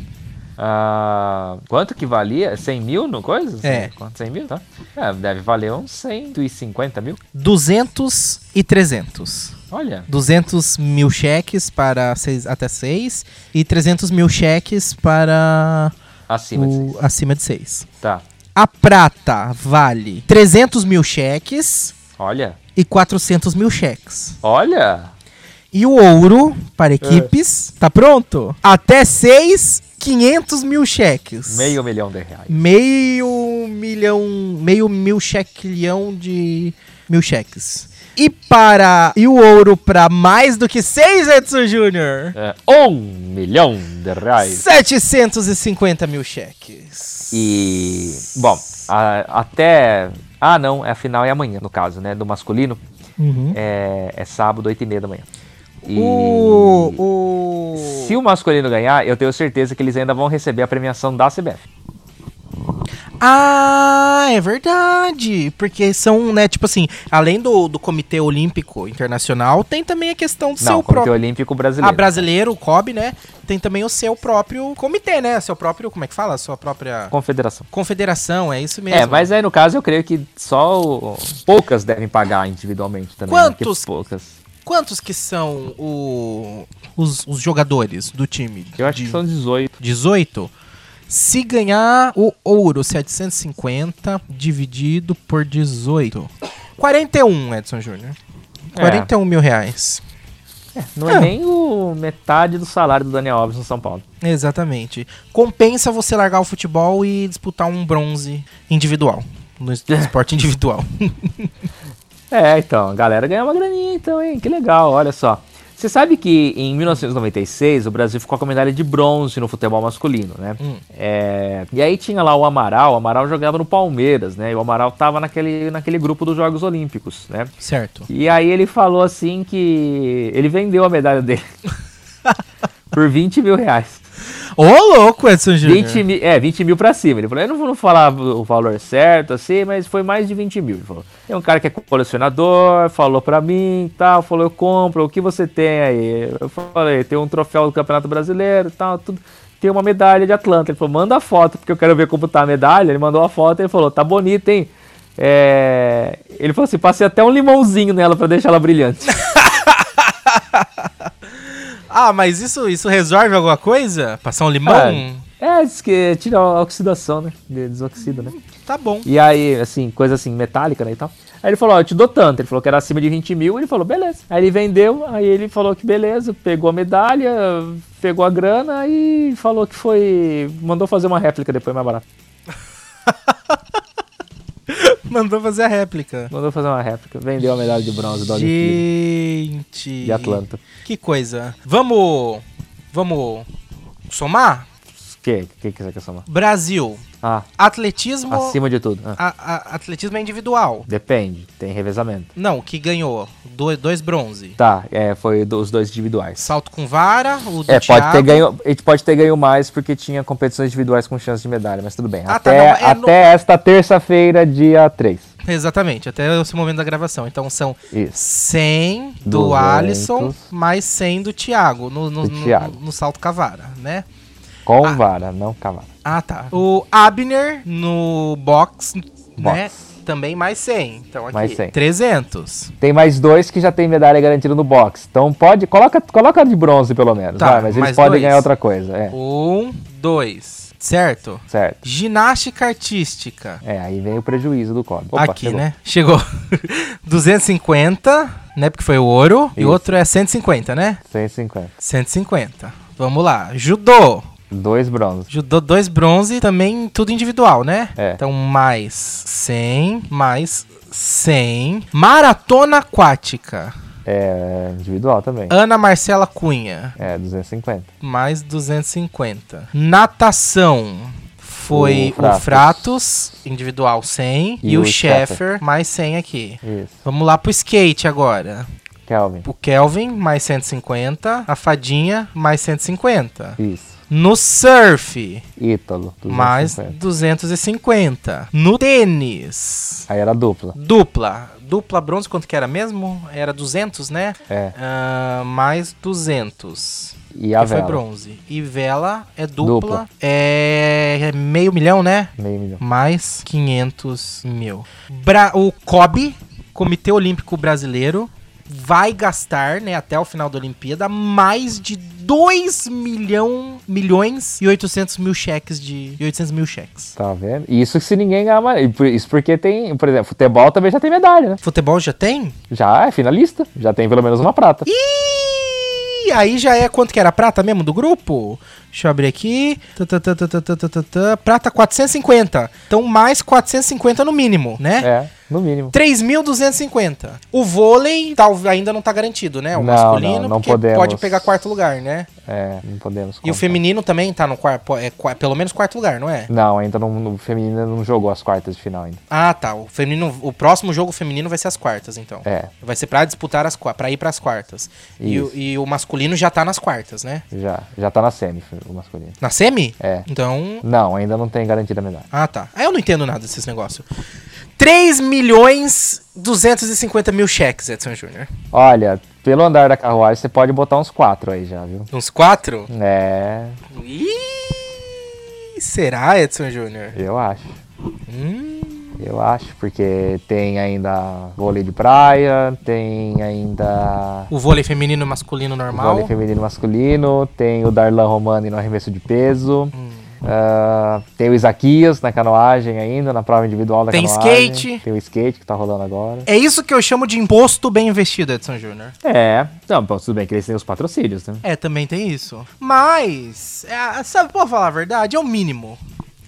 [SPEAKER 2] Ah, quanto que valia? 100 mil no coisa?
[SPEAKER 1] É.
[SPEAKER 2] Quanto? 100 mil, tá? É, deve valer uns 150 mil.
[SPEAKER 1] 200 e 300.
[SPEAKER 2] Olha.
[SPEAKER 1] 200 mil cheques para seis, até 6 e 300 mil cheques para
[SPEAKER 2] Acima de 6.
[SPEAKER 1] o acima de 6.
[SPEAKER 2] Tá.
[SPEAKER 1] A prata vale 300 mil cheques
[SPEAKER 2] Olha.
[SPEAKER 1] e 400 mil cheques.
[SPEAKER 2] Olha.
[SPEAKER 1] E o ouro
[SPEAKER 2] É.
[SPEAKER 1] para equipes, tá pronto? Até 6, 500 mil cheques.
[SPEAKER 2] Meio milhão de reais.
[SPEAKER 1] Meio milhão, meio mil chequilhão de mil cheques. E para, e o ouro para mais do que 6, Edson Júnior?
[SPEAKER 2] É, um milhão de reais.
[SPEAKER 1] 750 mil cheques.
[SPEAKER 2] É E, bom, a- até. Ah, não, é a final é amanhã, no caso, né? Do masculino.
[SPEAKER 1] Uhum.
[SPEAKER 2] É, é sábado, 8 e meia da manhã. E
[SPEAKER 1] O, o...
[SPEAKER 2] se o masculino ganhar, eu tenho certeza que eles ainda vão receber a premiação da CBF.
[SPEAKER 1] Ah, é verdade. Porque são, né, tipo assim, além do, do Comitê Olímpico Internacional, tem também a questão do
[SPEAKER 2] Não,
[SPEAKER 1] seu Ah,
[SPEAKER 2] o Comitê
[SPEAKER 1] próprio.
[SPEAKER 2] Olímpico é Brasileiro.
[SPEAKER 1] A brasileiro, o COB, né? Tem também o seu próprio comitê, né? Seu próprio, como é que fala? Sua própria
[SPEAKER 2] Confederação.
[SPEAKER 1] confederação, é isso mesmo.
[SPEAKER 2] É, mas aí no caso eu creio que só o- poucas devem pagar individualmente também. né? Porque
[SPEAKER 1] Quantos?
[SPEAKER 2] Poucas.
[SPEAKER 1] Quantos que são o, os, os jogadores do time?
[SPEAKER 2] Eu acho que são 18.
[SPEAKER 1] 18. Se ganhar o ouro 750 dividido por 18. 41, Edson Júnior.
[SPEAKER 2] É.
[SPEAKER 1] 41 mil reais.
[SPEAKER 2] Não
[SPEAKER 1] Ah.
[SPEAKER 2] é nem o metade do salário do Daniel Alves no São Paulo.
[SPEAKER 1] Exatamente. Compensa você largar o futebol e disputar um bronze individual. No es- esporte individual.
[SPEAKER 2] É, então, a galera ganha uma graninha, então, hein? Que legal, olha só. Você sabe que em 1996 o Brasil ficou com a medalha de bronze no futebol masculino, né? É, e aí tinha lá o Amaral, o Amaral jogava no Palmeiras, né? E o Amaral tava naquele, naquele grupo dos Jogos Olímpicos, né?
[SPEAKER 1] Certo.
[SPEAKER 2] E aí ele falou assim que ele vendeu a medalha dele por 20 mil reais.
[SPEAKER 1] Ô, louco, Edson Júnior.
[SPEAKER 2] 20 mil, é, 20 mil pra cima. Ele falou, eu não vou não falar o valor certo, assim, mas foi mais de 20 mil. Ele falou, é um cara que é colecionador, falou pra mim e tal, falou, eu compro, o que você tem aí? Eu falei, tem um troféu do Campeonato Brasileiro e tal, tudo. Tem uma medalha de Atlanta. Ele falou, manda a foto, porque eu quero ver como tá a medalha. Ele mandou a foto e ele falou, tá bonita, hein? É, Ele falou assim, passei até um limãozinho nela pra deixar ela brilhante.
[SPEAKER 1] Ah, mas isso, isso resolve alguma coisa? Passar um limão?
[SPEAKER 2] É, diz que tira a oxidação, né? De- Desoxida, né?
[SPEAKER 1] Tá bom.
[SPEAKER 2] E aí, assim, coisa assim, metálica, né, e tal. Aí ele falou, ó, eu te dou tanto. Ele falou que era acima de 20 mil, ele falou, beleza. Aí ele vendeu, aí ele falou que beleza, pegou a medalha, pegou a grana e falou que foi... Mandou fazer uma réplica depois mais barato.
[SPEAKER 1] Mandou fazer a réplica.
[SPEAKER 2] Mandou fazer uma réplica, vendeu a medalha de bronze da Olimpíada
[SPEAKER 1] Gente.
[SPEAKER 2] de Atlanta.
[SPEAKER 1] Que coisa. Vamos. Vamos somar?
[SPEAKER 2] O que, que, que você quer somar?
[SPEAKER 1] Brasil.
[SPEAKER 2] Ah,
[SPEAKER 1] Atletismo.
[SPEAKER 2] acima de tudo. Ah,
[SPEAKER 1] a- a- atletismo é individual.
[SPEAKER 2] depende, tem revezamento.
[SPEAKER 1] Não, que ganhou? Do, dois bronze.
[SPEAKER 2] Tá, é, foi do- os dois individuais.
[SPEAKER 1] Salto com vara, o do
[SPEAKER 2] É, pode ter
[SPEAKER 1] Thiago.
[SPEAKER 2] ganho, a gente pode ter ganho mais porque tinha competições individuais com chance de medalha, mas tudo bem.
[SPEAKER 1] Ah, tá,
[SPEAKER 2] até
[SPEAKER 1] não, é no-
[SPEAKER 2] até esta terça-feira, dia 3.
[SPEAKER 1] Exatamente, até esse momento da gravação. Então são
[SPEAKER 2] Isso.
[SPEAKER 1] 100 do
[SPEAKER 2] 200.
[SPEAKER 1] Alisson, mais 100 do Thiago, no, no,
[SPEAKER 2] Do
[SPEAKER 1] no-
[SPEAKER 2] Thiago.
[SPEAKER 1] no salto cavara, né?
[SPEAKER 2] Com vara, não cavalo.
[SPEAKER 1] Ah, tá. O Abner no box, né?
[SPEAKER 2] Box.
[SPEAKER 1] Também mais 100. Então aqui,
[SPEAKER 2] Mais 100.
[SPEAKER 1] 300.
[SPEAKER 2] Tem mais dois que já tem medalha garantida no box. Então pode. Coloca, coloca de bronze, pelo menos.
[SPEAKER 1] Tá,
[SPEAKER 2] vai, mas eles
[SPEAKER 1] mais
[SPEAKER 2] podem
[SPEAKER 1] dois.
[SPEAKER 2] ganhar outra coisa. É.
[SPEAKER 1] Um, dois. Certo?
[SPEAKER 2] Certo.
[SPEAKER 1] Ginástica artística.
[SPEAKER 2] É, aí vem o prejuízo do código. Opa,
[SPEAKER 1] aqui,
[SPEAKER 2] chegou.
[SPEAKER 1] né? Chegou. 250, né? Porque foi o ouro. E o
[SPEAKER 2] Isso.
[SPEAKER 1] outro é 150, né?
[SPEAKER 2] 150.
[SPEAKER 1] 150. Vamos lá. Judô.
[SPEAKER 2] Dois bronze.
[SPEAKER 1] Judô 2 bronze, também tudo individual, né?
[SPEAKER 2] É.
[SPEAKER 1] Então, mais 100, mais 100. Maratona aquática.
[SPEAKER 2] É, individual também.
[SPEAKER 1] Ana Marcela Cunha,
[SPEAKER 2] É, 250.
[SPEAKER 1] mais 250. Natação. Foi
[SPEAKER 2] O
[SPEAKER 1] o Fratos,
[SPEAKER 2] Fratos.
[SPEAKER 1] individual 100. E,
[SPEAKER 2] E
[SPEAKER 1] o
[SPEAKER 2] o Scheffer.
[SPEAKER 1] Sheffer, mais 100 aqui.
[SPEAKER 2] Isso.
[SPEAKER 1] Vamos lá pro skate agora.
[SPEAKER 2] Kelvin.
[SPEAKER 1] O Kelvin, mais 150. A Fadinha, mais 150.
[SPEAKER 2] Isso.
[SPEAKER 1] No surf,
[SPEAKER 2] Ítalo. 250.
[SPEAKER 1] mais 250. No tênis,
[SPEAKER 2] Aí era dupla.
[SPEAKER 1] dupla. Dupla bronze, quanto que era mesmo? Era 200, né?
[SPEAKER 2] É.
[SPEAKER 1] Ah, mais 200.
[SPEAKER 2] E a
[SPEAKER 1] que foi
[SPEAKER 2] vela.
[SPEAKER 1] bronze. E vela é dupla.
[SPEAKER 2] Dupla.
[SPEAKER 1] É é meio milhão, né?
[SPEAKER 2] Meio milhão.
[SPEAKER 1] Mais 500 mil. Bra- o COB, Comitê Olímpico Brasileiro, vai gastar, né, até o final da Olimpíada, mais de 2 milhão, milhões e 800 mil cheques de... e 800 mil cheques.
[SPEAKER 2] Tá vendo? Isso se ninguém ganhar mais. E por- Isso porque tem, por exemplo, futebol também já tem medalha, né?
[SPEAKER 1] Futebol já tem?
[SPEAKER 2] Já é finalista. Já tem pelo menos uma prata.
[SPEAKER 1] Ih, aí já é quanto que era? Prata mesmo do grupo? Deixa eu abrir aqui. Tã, tã, tã, tã, tã, tã, tã, tã, tã. Prata 450. Então mais 450 no mínimo, né?
[SPEAKER 2] É, no mínimo.
[SPEAKER 1] 3.250. O vôlei tal, ainda não tá garantido, né? O
[SPEAKER 2] Não,
[SPEAKER 1] masculino,
[SPEAKER 2] não, não
[SPEAKER 1] porque
[SPEAKER 2] podemos.
[SPEAKER 1] pode pegar quarto lugar, né?
[SPEAKER 2] É, não podemos.
[SPEAKER 1] E o
[SPEAKER 2] contar.
[SPEAKER 1] feminino também tá no quarto, é, qua- pelo menos quarto lugar, não é?
[SPEAKER 2] Não, ainda não, o feminino ainda não jogou as quartas de final ainda.
[SPEAKER 1] Ah, tá. O feminino, o próximo jogo feminino vai ser as quartas, então.
[SPEAKER 2] É.
[SPEAKER 1] Vai ser pra disputar as qua- pra ir pras quartas. E o,
[SPEAKER 2] Isso.
[SPEAKER 1] e o masculino já tá nas quartas, né?
[SPEAKER 2] Já, já tá na semi o masculino.
[SPEAKER 1] Na semi?
[SPEAKER 2] É.
[SPEAKER 1] Então,
[SPEAKER 2] Não, ainda não tem garantida a medalha.
[SPEAKER 1] ah, tá. Ah, eu não entendo nada desses negócios. 3 milhões 250 mil cheques, Edson Júnior.
[SPEAKER 2] Olha, pelo andar da carruagem você pode botar uns quatro aí já, viu?
[SPEAKER 1] Uns quatro?
[SPEAKER 2] É,
[SPEAKER 1] Ih, será, Edson Júnior?
[SPEAKER 2] eu acho.
[SPEAKER 1] Hum,
[SPEAKER 2] Eu acho, porque tem ainda vôlei de praia, tem ainda
[SPEAKER 1] o vôlei feminino e masculino normal.
[SPEAKER 2] vôlei feminino e masculino, tem o Darlan Romano no arremesso de peso, ah, tem o Isaquias na canoagem ainda, na prova individual da
[SPEAKER 1] Tem
[SPEAKER 2] canoagem.
[SPEAKER 1] skate.
[SPEAKER 2] Tem o skate que tá rolando agora.
[SPEAKER 1] É isso que eu chamo de imposto bem investido, Edson Júnior.
[SPEAKER 2] É, não, bom, tudo bem que eles têm os patrocínios, né?
[SPEAKER 1] É, também tem isso. Mas, é, sabe, pra falar a verdade, é o mínimo.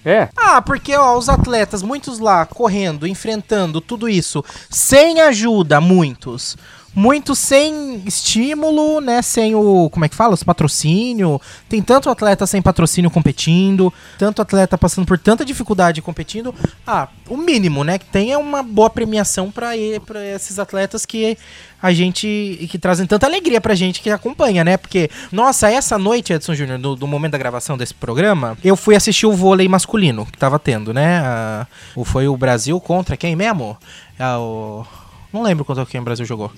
[SPEAKER 2] É,
[SPEAKER 1] Ah, porque ó, os atletas, muitos lá correndo, enfrentando tudo isso, sem ajuda, muitos. Muitos sem estímulo, né? Sem o. Como é que fala? Os patrocínio. Tem tanto atleta sem patrocínio competindo, tanto atleta passando por tanta dificuldade competindo. Ah, o mínimo, né? Que tem é uma boa premiação pra para esses atletas que a gente. e que trazem tanta alegria pra gente que acompanha, né? Porque, nossa, essa noite, Edson Júnior, do, do momento da gravação desse programa, eu fui assistir o vôlei masculino que tava tendo, né? Ah, o, foi o Brasil contra quem mesmo? Ah, o- Não lembro contra quem o Brasil jogou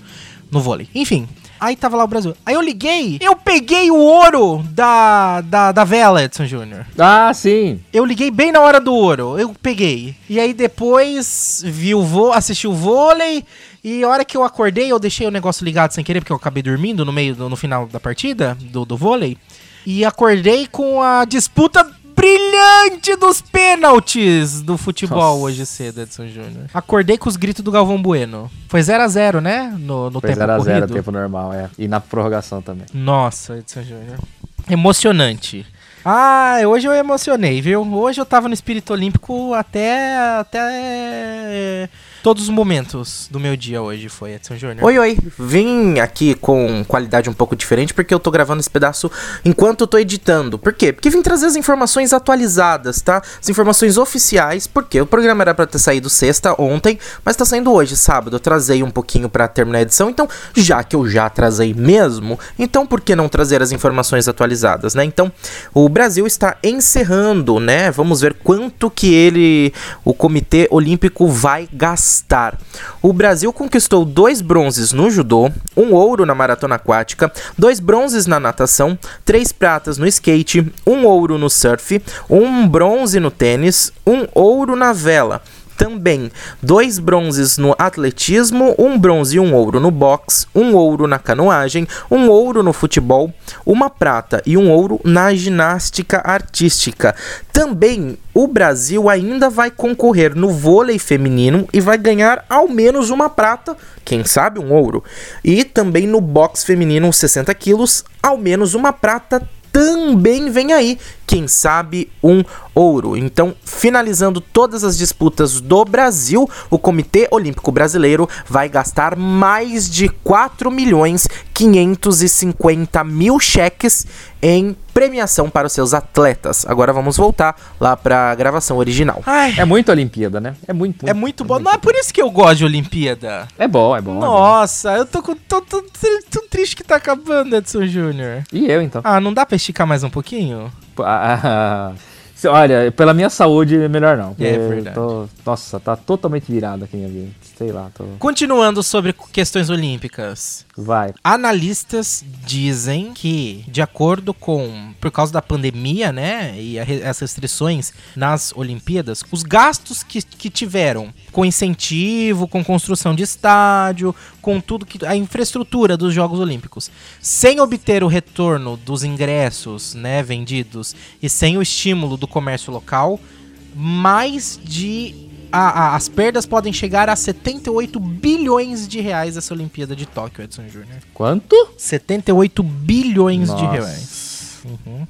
[SPEAKER 1] no vôlei. Enfim. Aí tava lá o Brasil. Aí eu liguei, eu peguei o ouro da, da, da vela, Edson Júnior.
[SPEAKER 2] Ah, sim.
[SPEAKER 1] Eu liguei bem na hora do ouro, eu peguei. E aí depois vi o vô, assisti o vôlei. E a hora que eu acordei, eu deixei o negócio ligado sem querer, porque eu acabei dormindo no meio, do- no final da partida do, do vôlei. E acordei com a disputa brilhante dos pênaltis do futebol hoje cedo, Edson Júnior. Acordei com os gritos do Galvão Bueno. Foi 0x0, né? No, no
[SPEAKER 2] Foi
[SPEAKER 1] tempo
[SPEAKER 2] 0x0
[SPEAKER 1] corrido.
[SPEAKER 2] tempo normal, é. E na prorrogação
[SPEAKER 1] né?
[SPEAKER 2] também.
[SPEAKER 1] Nossa, Edson Júnior. Emocionante. Ah, hoje eu emocionei, viu? Hoje eu tava no espírito olímpico até. até. Todos os momentos do meu dia hoje foi, Edson Júnior.
[SPEAKER 6] Oi, oi. Vim aqui com qualidade um pouco diferente porque eu tô gravando esse pedaço enquanto eu tô editando. Por quê? Porque vim trazer as informações atualizadas, tá? As informações oficiais, porque o programa era pra ter saído sexta ontem, mas tá saindo hoje, sábado. Eu trazei um pouquinho pra terminar a edição, então, já que eu já trazei mesmo, então por que não trazer as informações atualizadas, né? Então, o Brasil está encerrando, né? Vamos ver quanto que ele, o Comitê Olímpico vai gastar. O Brasil conquistou dois bronzes no judô, um ouro na maratona aquática, dois bronzes na natação, três pratas no skate, um ouro no surf, um bronze no tênis, um ouro na vela. Também dois bronzes no atletismo, um bronze e um ouro no boxe, um ouro na canoagem, um ouro no futebol, uma prata e um ouro na ginástica artística. Também o Brasil ainda vai concorrer no vôlei feminino e vai ganhar ao menos uma prata, quem sabe um ouro. E também no boxe feminino 60 quilos, ao menos uma prata também vem aí, quem sabe um ouro. Então, finalizando todas as disputas do Brasil, o Comitê Olímpico Brasileiro vai gastar mais de 4 milhões 550 mil cheques em premiação para os seus atletas. Agora vamos voltar lá para a gravação original.
[SPEAKER 1] Ai,
[SPEAKER 2] É muito Olimpíada, né? É muito.
[SPEAKER 1] é muito bom. Não é por isso que eu gosto de Olimpíada.
[SPEAKER 2] É bom, é bom. é bom.
[SPEAKER 1] Nossa, eu tô com. tô, tô tri- tão triste que tá acabando, Edson Júnior.
[SPEAKER 2] E eu, então?
[SPEAKER 1] Ah, não dá pra esticar mais um pouquinho?
[SPEAKER 2] Ah, se- Olha, pela minha saúde, é melhor não. porque
[SPEAKER 1] É
[SPEAKER 2] eu
[SPEAKER 1] verdade.
[SPEAKER 2] tô- nossa, tá totalmente virado aqui minha vida. Sei lá, tô...
[SPEAKER 1] Continuando sobre questões olímpicas.
[SPEAKER 2] Vai.
[SPEAKER 1] Analistas dizem que, de acordo com, por causa da pandemia, né, e a re- as restrições nas Olimpíadas, os gastos que, que tiveram com incentivo, com construção de estádio, com tudo que a infraestrutura dos Jogos Olímpicos, sem obter o retorno dos ingressos, né, vendidos e sem o estímulo do comércio local, mais de a- a- as perdas podem chegar a 78 bilhões de reais essa Olimpíada de Tóquio, Edson Júnior.
[SPEAKER 2] Quanto?
[SPEAKER 1] 78 bilhões de
[SPEAKER 2] Nossa.
[SPEAKER 1] reais. Uhum.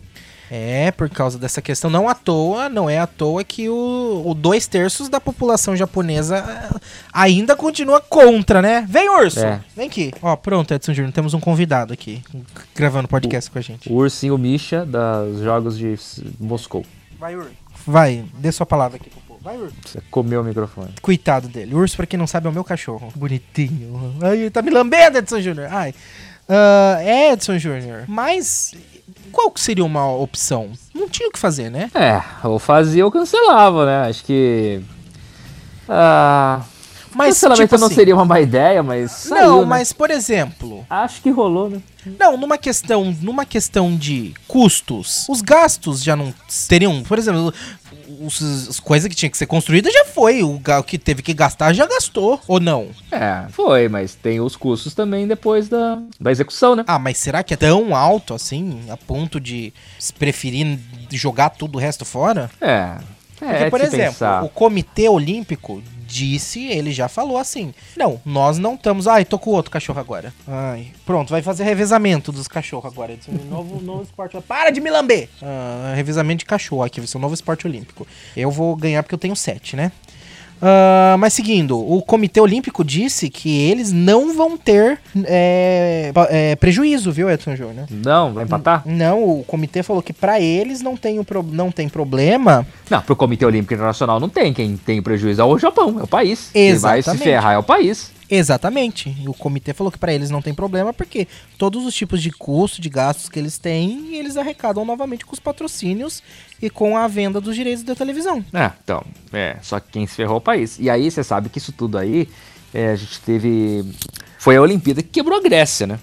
[SPEAKER 1] É, por causa dessa questão, não à toa, não é à toa que o, o dois terços da população japonesa eh, ainda continua contra, né? Vem, urso!
[SPEAKER 2] É.
[SPEAKER 1] Vem aqui. Ó, pronto, Edson Júnior, temos um convidado aqui, gravando podcast com a gente.
[SPEAKER 2] O ursinho Misha dos Jogos de S- Moscou.
[SPEAKER 1] Vai, urso. Vai, dê sua palavra aqui pro povo. Vai, urso.
[SPEAKER 2] Você comeu o microfone.
[SPEAKER 1] Coitado dele. O urso, pra quem não sabe, é o meu cachorro. Bonitinho. Ai, ele tá me lambendo, Edson Júnior. Ai. Ah, é, Edson Júnior. Mas qual que seria uma opção? Não tinha o que fazer, né?
[SPEAKER 2] É, ou fazia ou cancelava, né? Acho que. Ah.
[SPEAKER 1] Mas,
[SPEAKER 2] cancelamento
[SPEAKER 1] tipo
[SPEAKER 2] não
[SPEAKER 1] assim-
[SPEAKER 2] seria uma má ideia, mas. Saiu,
[SPEAKER 1] não,
[SPEAKER 2] né?
[SPEAKER 1] mas, por exemplo,
[SPEAKER 2] Acho que rolou, né?
[SPEAKER 1] não, numa questão, numa questão de custos, os gastos já não teriam, por exemplo, os- as coisas que tinha que ser construída já foi, o ga- o que teve que gastar já gastou, ou não?
[SPEAKER 2] É, foi, mas tem os custos também depois da, da execução, né?
[SPEAKER 1] Ah, mas será que é tão alto assim, a ponto de se preferir jogar tudo o resto fora?
[SPEAKER 2] É. É,
[SPEAKER 1] Porque,
[SPEAKER 2] é
[SPEAKER 1] por
[SPEAKER 2] de
[SPEAKER 1] exemplo,
[SPEAKER 2] pensar.
[SPEAKER 1] o Comitê Olímpico disse, ele já falou assim: não, nós não estamos. Ai, tô com outro cachorro agora. Ai, pronto, vai fazer revezamento dos cachorros agora. Esse é um novo, novo esporte. Para de me lamber! Ah, revezamento de cachorro aqui, vai ser um novo esporte olímpico. Eu vou ganhar porque eu tenho sete, né? Ah, mas seguindo, o Comitê Olímpico disse que eles não vão ter é, pa- é, prejuízo, viu, Edson Júnior?
[SPEAKER 2] Não, vai empatar?
[SPEAKER 1] Não, o comitê falou que pra eles não tem, o pro- não tem problema
[SPEAKER 2] Não, pro Comitê Olímpico Internacional não tem. Quem tem prejuízo é o Japão, é o país. Quem vai se
[SPEAKER 1] Exatamente.
[SPEAKER 2] ferrar é o país.
[SPEAKER 1] Exatamente. E o comitê falou que para eles não tem problema, porque todos os tipos de custo, de gastos que eles têm, eles arrecadam novamente com os patrocínios e com a venda dos direitos da televisão.
[SPEAKER 2] É, então, é, só que quem se ferrou é o país. E aí você sabe que isso tudo aí, é, a gente teve. Foi a Olimpíada que quebrou a Grécia, né?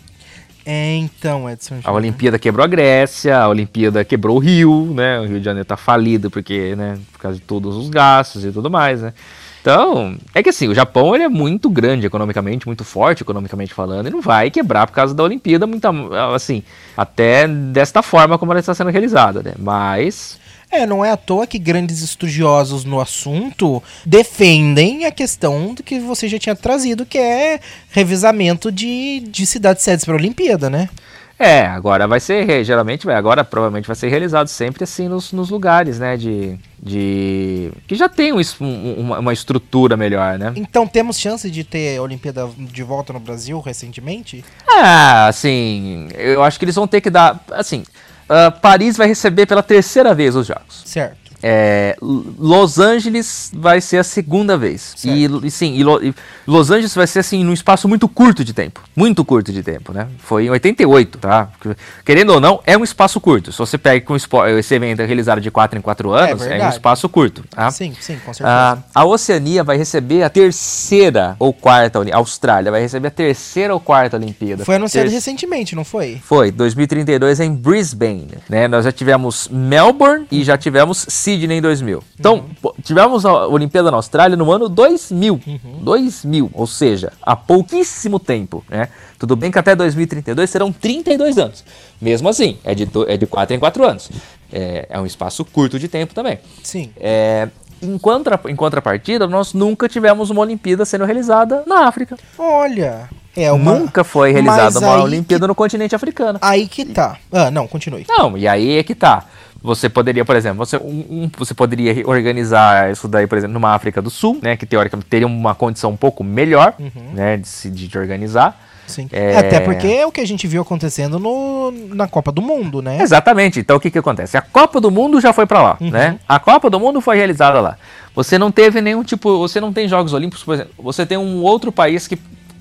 [SPEAKER 1] É, então, Edson.
[SPEAKER 2] A Olimpíada quebrou a Grécia, a Olimpíada quebrou o Rio, né? O Rio de Janeiro tá falido porque, né, por causa de todos os gastos e tudo mais, né? Então, é que assim, o Japão ele é muito grande economicamente, muito forte economicamente falando, e não vai quebrar por causa da Olimpíada, muito, assim, até desta forma como ela está sendo realizada, né? Mas
[SPEAKER 1] É, não é à toa que grandes estudiosos no assunto defendem a questão do que você já tinha trazido, que é revisamento de, de cidades sedes para a Olimpíada, né?
[SPEAKER 2] É, agora vai ser, re- geralmente, vai, agora provavelmente vai ser realizado sempre assim nos, nos lugares, né, de, de... que já tem um es- um- uma, uma estrutura melhor, né?
[SPEAKER 1] Então temos chance de ter a Olimpíada de volta no Brasil recentemente?
[SPEAKER 2] Ah, assim, eu acho que eles vão ter que dar, assim, ah, Paris vai receber pela terceira vez os jogos.
[SPEAKER 1] Certo.
[SPEAKER 2] É, L- Los Angeles vai ser a segunda vez. E, e sim, e Lo- e Los Angeles vai ser assim num espaço muito curto de tempo. Muito curto de tempo, né? Foi em 88, tá? Que- Querendo ou não, é um espaço curto. Se você pega com espo- esse evento é realizado de 4 em 4 anos, é, um
[SPEAKER 1] verdade.
[SPEAKER 2] espaço curto, tá?
[SPEAKER 1] Sim, sim, com certeza.
[SPEAKER 2] Ah, a Oceania vai receber a terceira ou quarta Oli- a Austrália vai receber a terceira ou quarta Olimpíada.
[SPEAKER 1] Foi anunciado
[SPEAKER 2] Ter-
[SPEAKER 1] recentemente, não foi?
[SPEAKER 2] foi, 2032 em Brisbane, né? Nós já tivemos Melbourne e já tivemos Sydney em 2000. Então,
[SPEAKER 1] Uhum.
[SPEAKER 2] pô, tivemos a Olimpíada na Austrália no ano 2000.
[SPEAKER 1] Uhum.
[SPEAKER 2] 2000, ou seja, há pouquíssimo tempo, né? Tudo bem que até 2032 serão 32 anos. Mesmo assim, é de, do, é de 4 em 4 anos. É, é um espaço curto de tempo também.
[SPEAKER 1] Sim.
[SPEAKER 2] É, em, contra, em contrapartida, nós nunca tivemos uma Olimpíada sendo realizada na África.
[SPEAKER 1] Olha, é uma.
[SPEAKER 2] Nunca foi
[SPEAKER 1] Mas
[SPEAKER 2] realizada uma
[SPEAKER 1] aí
[SPEAKER 2] Olimpíada no continente africano.
[SPEAKER 1] Que... Aí que tá. Ah, não, continue.
[SPEAKER 2] Não, e aí é que tá. Você poderia, por exemplo, você, um- um- você poderia organizar isso daí, por exemplo, numa África do Sul, né? Que teoricamente teria uma condição um pouco melhor, né? De se de, de organizar.
[SPEAKER 1] Uhum. Sim.
[SPEAKER 2] É.
[SPEAKER 1] Até porque é o que a gente viu acontecendo no, na Copa do Mundo, né?
[SPEAKER 2] Exatamente. Então o que que acontece? A Copa do Mundo já foi pra lá, né? A Copa do Mundo foi realizada lá. Você não teve nenhum tipo, você não tem Jogos Olímpicos, por exemplo. Você tem um outro país que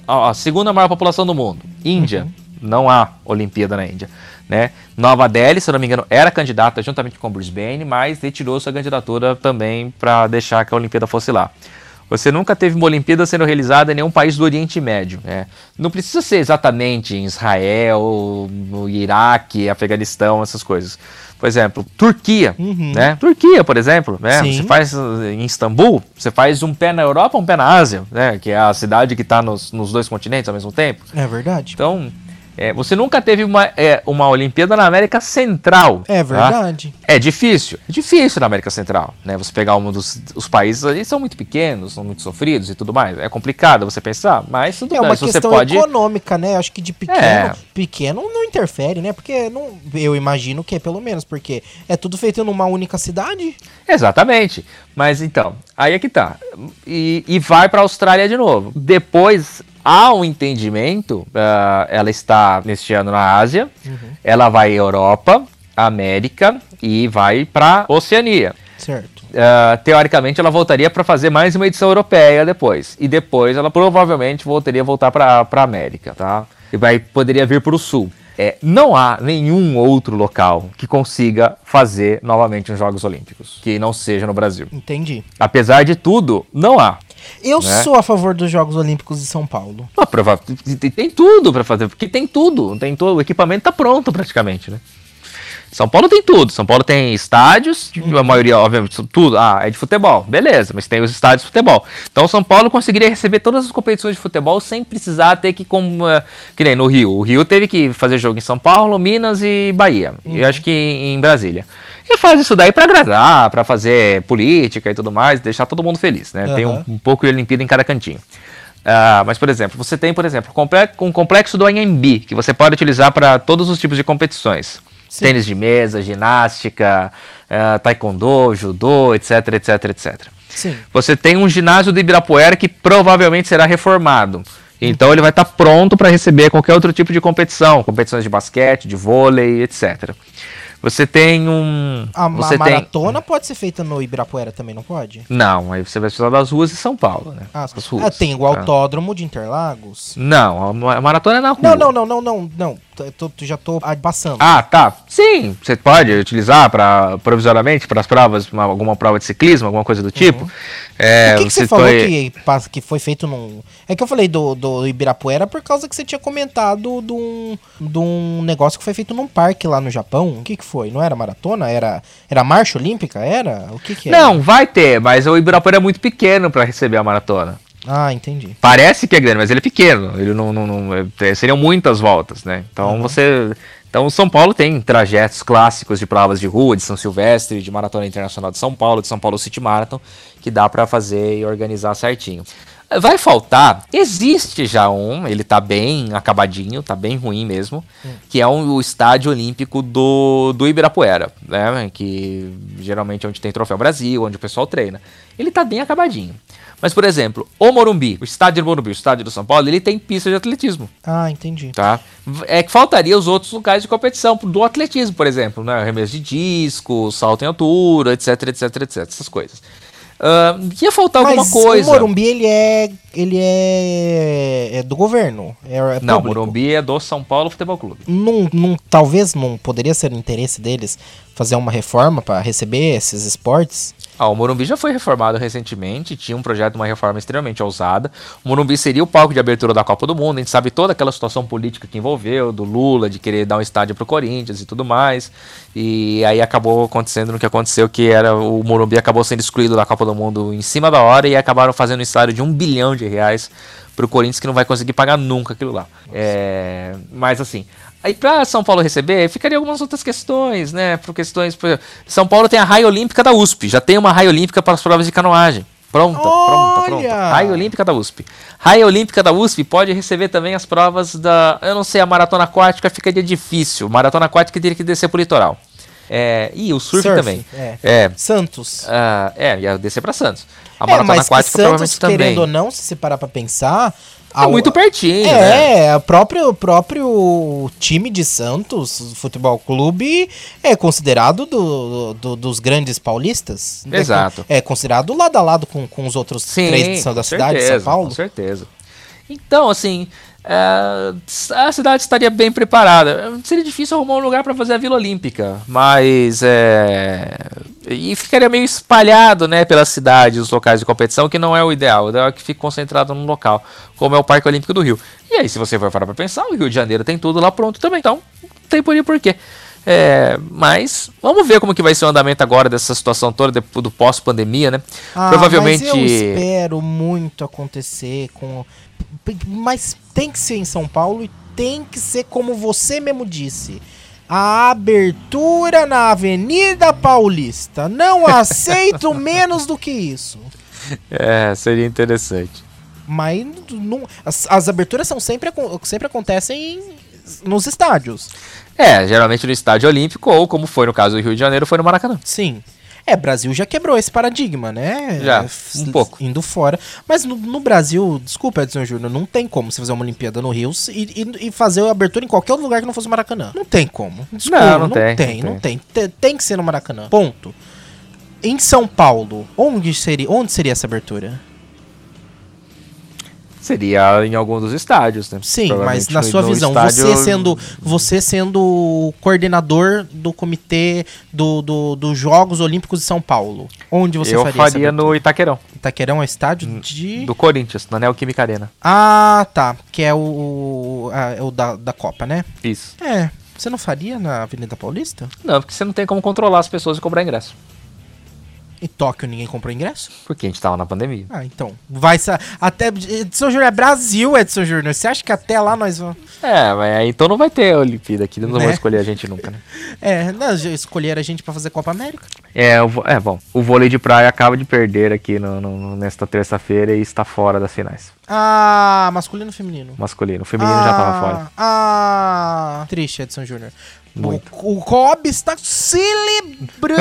[SPEAKER 2] ó, a segunda maior população do mundo, Índia. Não há Olimpíada na Índia, né? Nova Delhi, se eu não me engano, era candidata juntamente com Brisbane, mas retirou sua candidatura também para deixar que a Olimpíada fosse lá. Você nunca teve uma Olimpíada sendo realizada em nenhum país do Oriente Médio. Né? Não precisa ser exatamente em Israel, no Iraque, Afeganistão, essas coisas. Por exemplo, Turquia. Né? Turquia, por exemplo. Né?
[SPEAKER 1] Sim.
[SPEAKER 2] Você faz uh, em Istambul, você faz um pé na Europa um pé na Ásia, né? que é a cidade que está nos, nos dois continentes ao mesmo tempo.
[SPEAKER 1] É verdade.
[SPEAKER 2] Então, é, você nunca teve uma, é, uma Olimpíada na América Central.
[SPEAKER 1] É
[SPEAKER 2] tá?
[SPEAKER 1] verdade.
[SPEAKER 2] É difícil, é difícil na América Central, né? Você pegar um dos os países ali são muito pequenos, são muito sofridos e tudo mais. É complicado você pensar, mas tudo
[SPEAKER 1] É
[SPEAKER 2] bem,
[SPEAKER 1] uma
[SPEAKER 2] Então, se você
[SPEAKER 1] questão
[SPEAKER 2] pode.
[SPEAKER 1] econômica, né? Acho que de pequeno,
[SPEAKER 2] É.
[SPEAKER 1] pequeno não interfere, né? Porque não, eu imagino que é pelo menos, porque é tudo feito numa única cidade.
[SPEAKER 2] Exatamente. Mas então, aí é que tá. E, e vai para a Austrália de novo. Depois há um entendimento. ah, ela está neste ano na Ásia,
[SPEAKER 1] Uhum.
[SPEAKER 2] ela vai à Europa, América e vai para Oceania.
[SPEAKER 1] Certo.
[SPEAKER 2] Ah, teoricamente ela voltaria para fazer mais uma edição europeia depois e depois ela provavelmente voltaria a voltar para para América, tá? E vai poderia vir para o sul. É, não há nenhum outro local que consiga fazer novamente os Jogos Olímpicos que não seja no Brasil.
[SPEAKER 1] Entendi.
[SPEAKER 2] Apesar de tudo, não há.
[SPEAKER 1] Eu
[SPEAKER 2] Né?
[SPEAKER 1] sou a favor dos Jogos Olímpicos de São Paulo.
[SPEAKER 2] Ah, prova- tem- Tem tudo para fazer, porque tem tudo, tem todo, o equipamento tá pronto praticamente, né? São Paulo tem tudo. São Paulo tem estádios, a maioria, obviamente, são tudo. Ah, é de futebol, beleza, mas tem os estádios de futebol. Então, São Paulo conseguiria receber todas as competições de futebol sem precisar ter que. Com, eh, que nem no Rio. O Rio teve que fazer jogo em São Paulo, Minas e Bahia. E acho que em Brasília. E faz isso daí pra agradar, pra fazer política e tudo mais, deixar todo mundo feliz, né? Tem um,
[SPEAKER 1] Aham.
[SPEAKER 2] um pouco de Olimpíada em cada cantinho. Ah, mas, por exemplo, você tem, por exemplo, comple- um complexo do Anhembi, que você pode utilizar para todos os tipos de competições.
[SPEAKER 1] Sim.
[SPEAKER 2] Tênis de mesa, ginástica, eh, taekwondo, judô, etc, etc, etc.
[SPEAKER 1] Sim.
[SPEAKER 2] Você tem um ginásio de Ibirapuera que provavelmente será reformado. Então ele vai estar pronto para receber qualquer outro tipo de competição, competições de basquete, de vôlei, etc. Você tem um,
[SPEAKER 1] A, a
[SPEAKER 2] você tem
[SPEAKER 1] maratona pode ser feita no Ibirapuera também, não pode?
[SPEAKER 2] não, aí você vai precisar das ruas de São Paulo, né?
[SPEAKER 1] Ah,
[SPEAKER 2] As
[SPEAKER 1] ah, tem o
[SPEAKER 2] tá?
[SPEAKER 1] autódromo de Interlagos.
[SPEAKER 2] Não, a ma- a maratona é na rua.
[SPEAKER 1] Não, não, não, não, não, não. tô- tô- já tô ah, passando.
[SPEAKER 2] Ah, tá. Sim, você pode utilizar para provisoriamente para as provas, uma- alguma prova de ciclismo, alguma coisa do tipo. É,
[SPEAKER 1] Uhum. o que, que você
[SPEAKER 2] você
[SPEAKER 1] falou
[SPEAKER 2] foi-
[SPEAKER 1] que, passa- que foi feito num. É que eu falei do, do Ibirapuera por causa que você tinha comentado de um, de um negócio que foi feito num parque lá no Japão. O que, que foi? Não era maratona? Era, era marcha olímpica? Era? O que, é? que era?
[SPEAKER 2] Não, vai ter, mas o Ibirapuera é muito pequeno para receber a maratona.
[SPEAKER 1] Ah, entendi.
[SPEAKER 2] Parece que é grande, mas ele é pequeno. Ele não, não- não- é- seriam muitas voltas, né? Então você. Então São Paulo tem trajetos clássicos de provas de rua, de São Silvestre, de Maratona Internacional de São Paulo, de São Paulo City Marathon, que dá pra fazer e organizar certinho. Vai faltar, existe já um, ele tá bem acabadinho, tá bem ruim mesmo, que é um- o estádio olímpico do, do Ibirapuera, né? Que geralmente é onde tem Troféu Brasil, onde o pessoal treina. Ele tá bem acabadinho. Mas, por exemplo, o Morumbi, o estádio do Morumbi, o estádio do São Paulo, ele tem pista de atletismo,
[SPEAKER 1] Ah, entendi.
[SPEAKER 2] tá? V- É que faltaria os outros locais de competição do atletismo, por exemplo, né? Arremesso de disco, salto em altura, etc, etc, etc, essas coisas. Ah, ia faltar alguma
[SPEAKER 1] Mas
[SPEAKER 2] coisa.
[SPEAKER 1] o Morumbi, ele é. Ele é. é do governo. É, é
[SPEAKER 2] Não,
[SPEAKER 1] público.
[SPEAKER 2] Morumbi é do São Paulo Futebol Clube.
[SPEAKER 1] Não, não- talvez não poderia ser um interesse deles fazer uma reforma pra receber esses esportes.
[SPEAKER 2] Ah, o Morumbi já foi reformado recentemente, tinha um projeto de uma reforma extremamente ousada. O Morumbi seria o palco de abertura da Copa do Mundo, a gente sabe toda aquela situação política que envolveu, do Lula, de querer dar um estádio pro Corinthians e tudo mais. E aí acabou acontecendo no que aconteceu, que era o Morumbi acabou sendo excluído da Copa do Mundo em cima da hora e acabaram fazendo um estádio de um bilhão de reais pro Corinthians que não vai conseguir pagar nunca aquilo lá. É, mas assim, Aí para São Paulo receber, ficaria algumas outras questões, né? Por questões, por exemplo, São Paulo tem a raia olímpica da USP, já tem uma raia olímpica para as provas de canoagem. Pronta, pronta, pronta.
[SPEAKER 1] Olha!
[SPEAKER 2] Raia Olímpica da USP. Raia Olímpica da USP pode receber também as provas da, eu não sei, a maratona aquática ficaria difícil. Maratona aquática teria que descer pro litoral. É, e o surf,
[SPEAKER 1] Surf,
[SPEAKER 2] também.
[SPEAKER 1] é.
[SPEAKER 2] É,
[SPEAKER 1] Santos.
[SPEAKER 2] ah, é, ia descer para Santos. A
[SPEAKER 1] É,
[SPEAKER 2] maratona
[SPEAKER 1] mas que
[SPEAKER 2] aquática
[SPEAKER 1] Santos,
[SPEAKER 2] provavelmente também.
[SPEAKER 1] querendo ou não, se você parar pra pensar...
[SPEAKER 2] Tá muito pertinho, né?
[SPEAKER 1] É, o próprio, o próprio time de Santos, o futebol clube, é considerado do, do- dos grandes paulistas.
[SPEAKER 2] Exato.
[SPEAKER 1] É considerado lado a lado com, com os outros três de São- da
[SPEAKER 2] com
[SPEAKER 1] cidade, de
[SPEAKER 2] certeza,
[SPEAKER 1] São Paulo.
[SPEAKER 2] Com certeza. Então, assim, é, a cidade estaria bem preparada. Seria difícil arrumar um lugar para fazer a Vila Olímpica, mas é, e ficaria meio espalhado, né, pela cidade, os locais de competição, que não é o ideal. O ideal é que fique concentrado num local, como é o Parque Olímpico do Rio. E aí, se você for parar para pensar, o Rio de Janeiro tem tudo lá pronto também, então não tem por porquê. É, mas vamos ver como que vai ser o andamento agora dessa situação toda de- do pós-pandemia, né?
[SPEAKER 1] Ah,
[SPEAKER 2] Provavelmente.
[SPEAKER 1] Mas eu espero muito acontecer com. Mas tem que ser em São Paulo e tem que ser como você mesmo disse. A abertura na Avenida Paulista. Não aceito menos do que isso.
[SPEAKER 2] É, seria interessante.
[SPEAKER 1] Mas não, as, as aberturas são sempre, acon- sempre acontecem em- nos estádios.
[SPEAKER 2] É, geralmente no estádio olímpico, ou como foi no caso do Rio de Janeiro, foi no Maracanã.
[SPEAKER 1] Sim. É, Brasil já quebrou esse paradigma, né?
[SPEAKER 2] Já,
[SPEAKER 1] É, f-
[SPEAKER 2] um pouco.
[SPEAKER 1] Indo fora. Mas no, no Brasil, desculpa, Edson Júnior, não tem como você fazer uma Olimpíada no Rio e, e- e fazer a abertura em qualquer outro lugar que não fosse o Maracanã. Não tem como. Desculpa,
[SPEAKER 2] Não,
[SPEAKER 1] não,
[SPEAKER 2] não tem,
[SPEAKER 1] tem,
[SPEAKER 2] não
[SPEAKER 1] não tem. Te- Tem que ser no Maracanã. Ponto. Em São Paulo, onde seria, onde seria essa abertura?
[SPEAKER 2] Seria em algum dos estádios, né?
[SPEAKER 1] Sim, mas
[SPEAKER 2] Provavelmente
[SPEAKER 1] na
[SPEAKER 2] no-
[SPEAKER 1] sua
[SPEAKER 2] no
[SPEAKER 1] visão,
[SPEAKER 2] estádio-
[SPEAKER 1] você sendo você sendo o coordenador do comitê do, do- dos Jogos Olímpicos de São Paulo, onde você
[SPEAKER 2] Eu
[SPEAKER 1] faria, essa
[SPEAKER 2] faria no Itaquerão,
[SPEAKER 1] Itaquerão é estádio de.
[SPEAKER 2] Hum, do Corinthians, na Neoquímica Arena.
[SPEAKER 1] Ah, tá. Que é o. ah, é o da, da Copa, né?
[SPEAKER 2] Isso.
[SPEAKER 1] É. Você não faria na Avenida Paulista?
[SPEAKER 2] Não, porque você não tem como controlar as pessoas e cobrar ingresso.
[SPEAKER 1] Em Tóquio ninguém comprou ingresso?
[SPEAKER 2] Porque a gente tava na pandemia.
[SPEAKER 1] Ah, então. Vai sa... Até. Edson Júnior é Brasil, Edson Júnior. Você acha que até lá nós vamos.
[SPEAKER 2] É, mas aí então não vai ter a Olimpíada aqui, não vão
[SPEAKER 1] Né?
[SPEAKER 2] escolher a gente nunca, né?
[SPEAKER 1] É, nós já escolheram a gente pra fazer Copa América?
[SPEAKER 2] É, eu vou- é, bom, o vôlei de praia acaba de perder aqui no- no- nesta terça-feira e está fora das finais.
[SPEAKER 1] Ah, masculino ou feminino?
[SPEAKER 2] Masculino, o feminino já tava fora.
[SPEAKER 1] Ah, triste, Edson Júnior.
[SPEAKER 2] Muito.
[SPEAKER 1] O, o Cobb está celebrando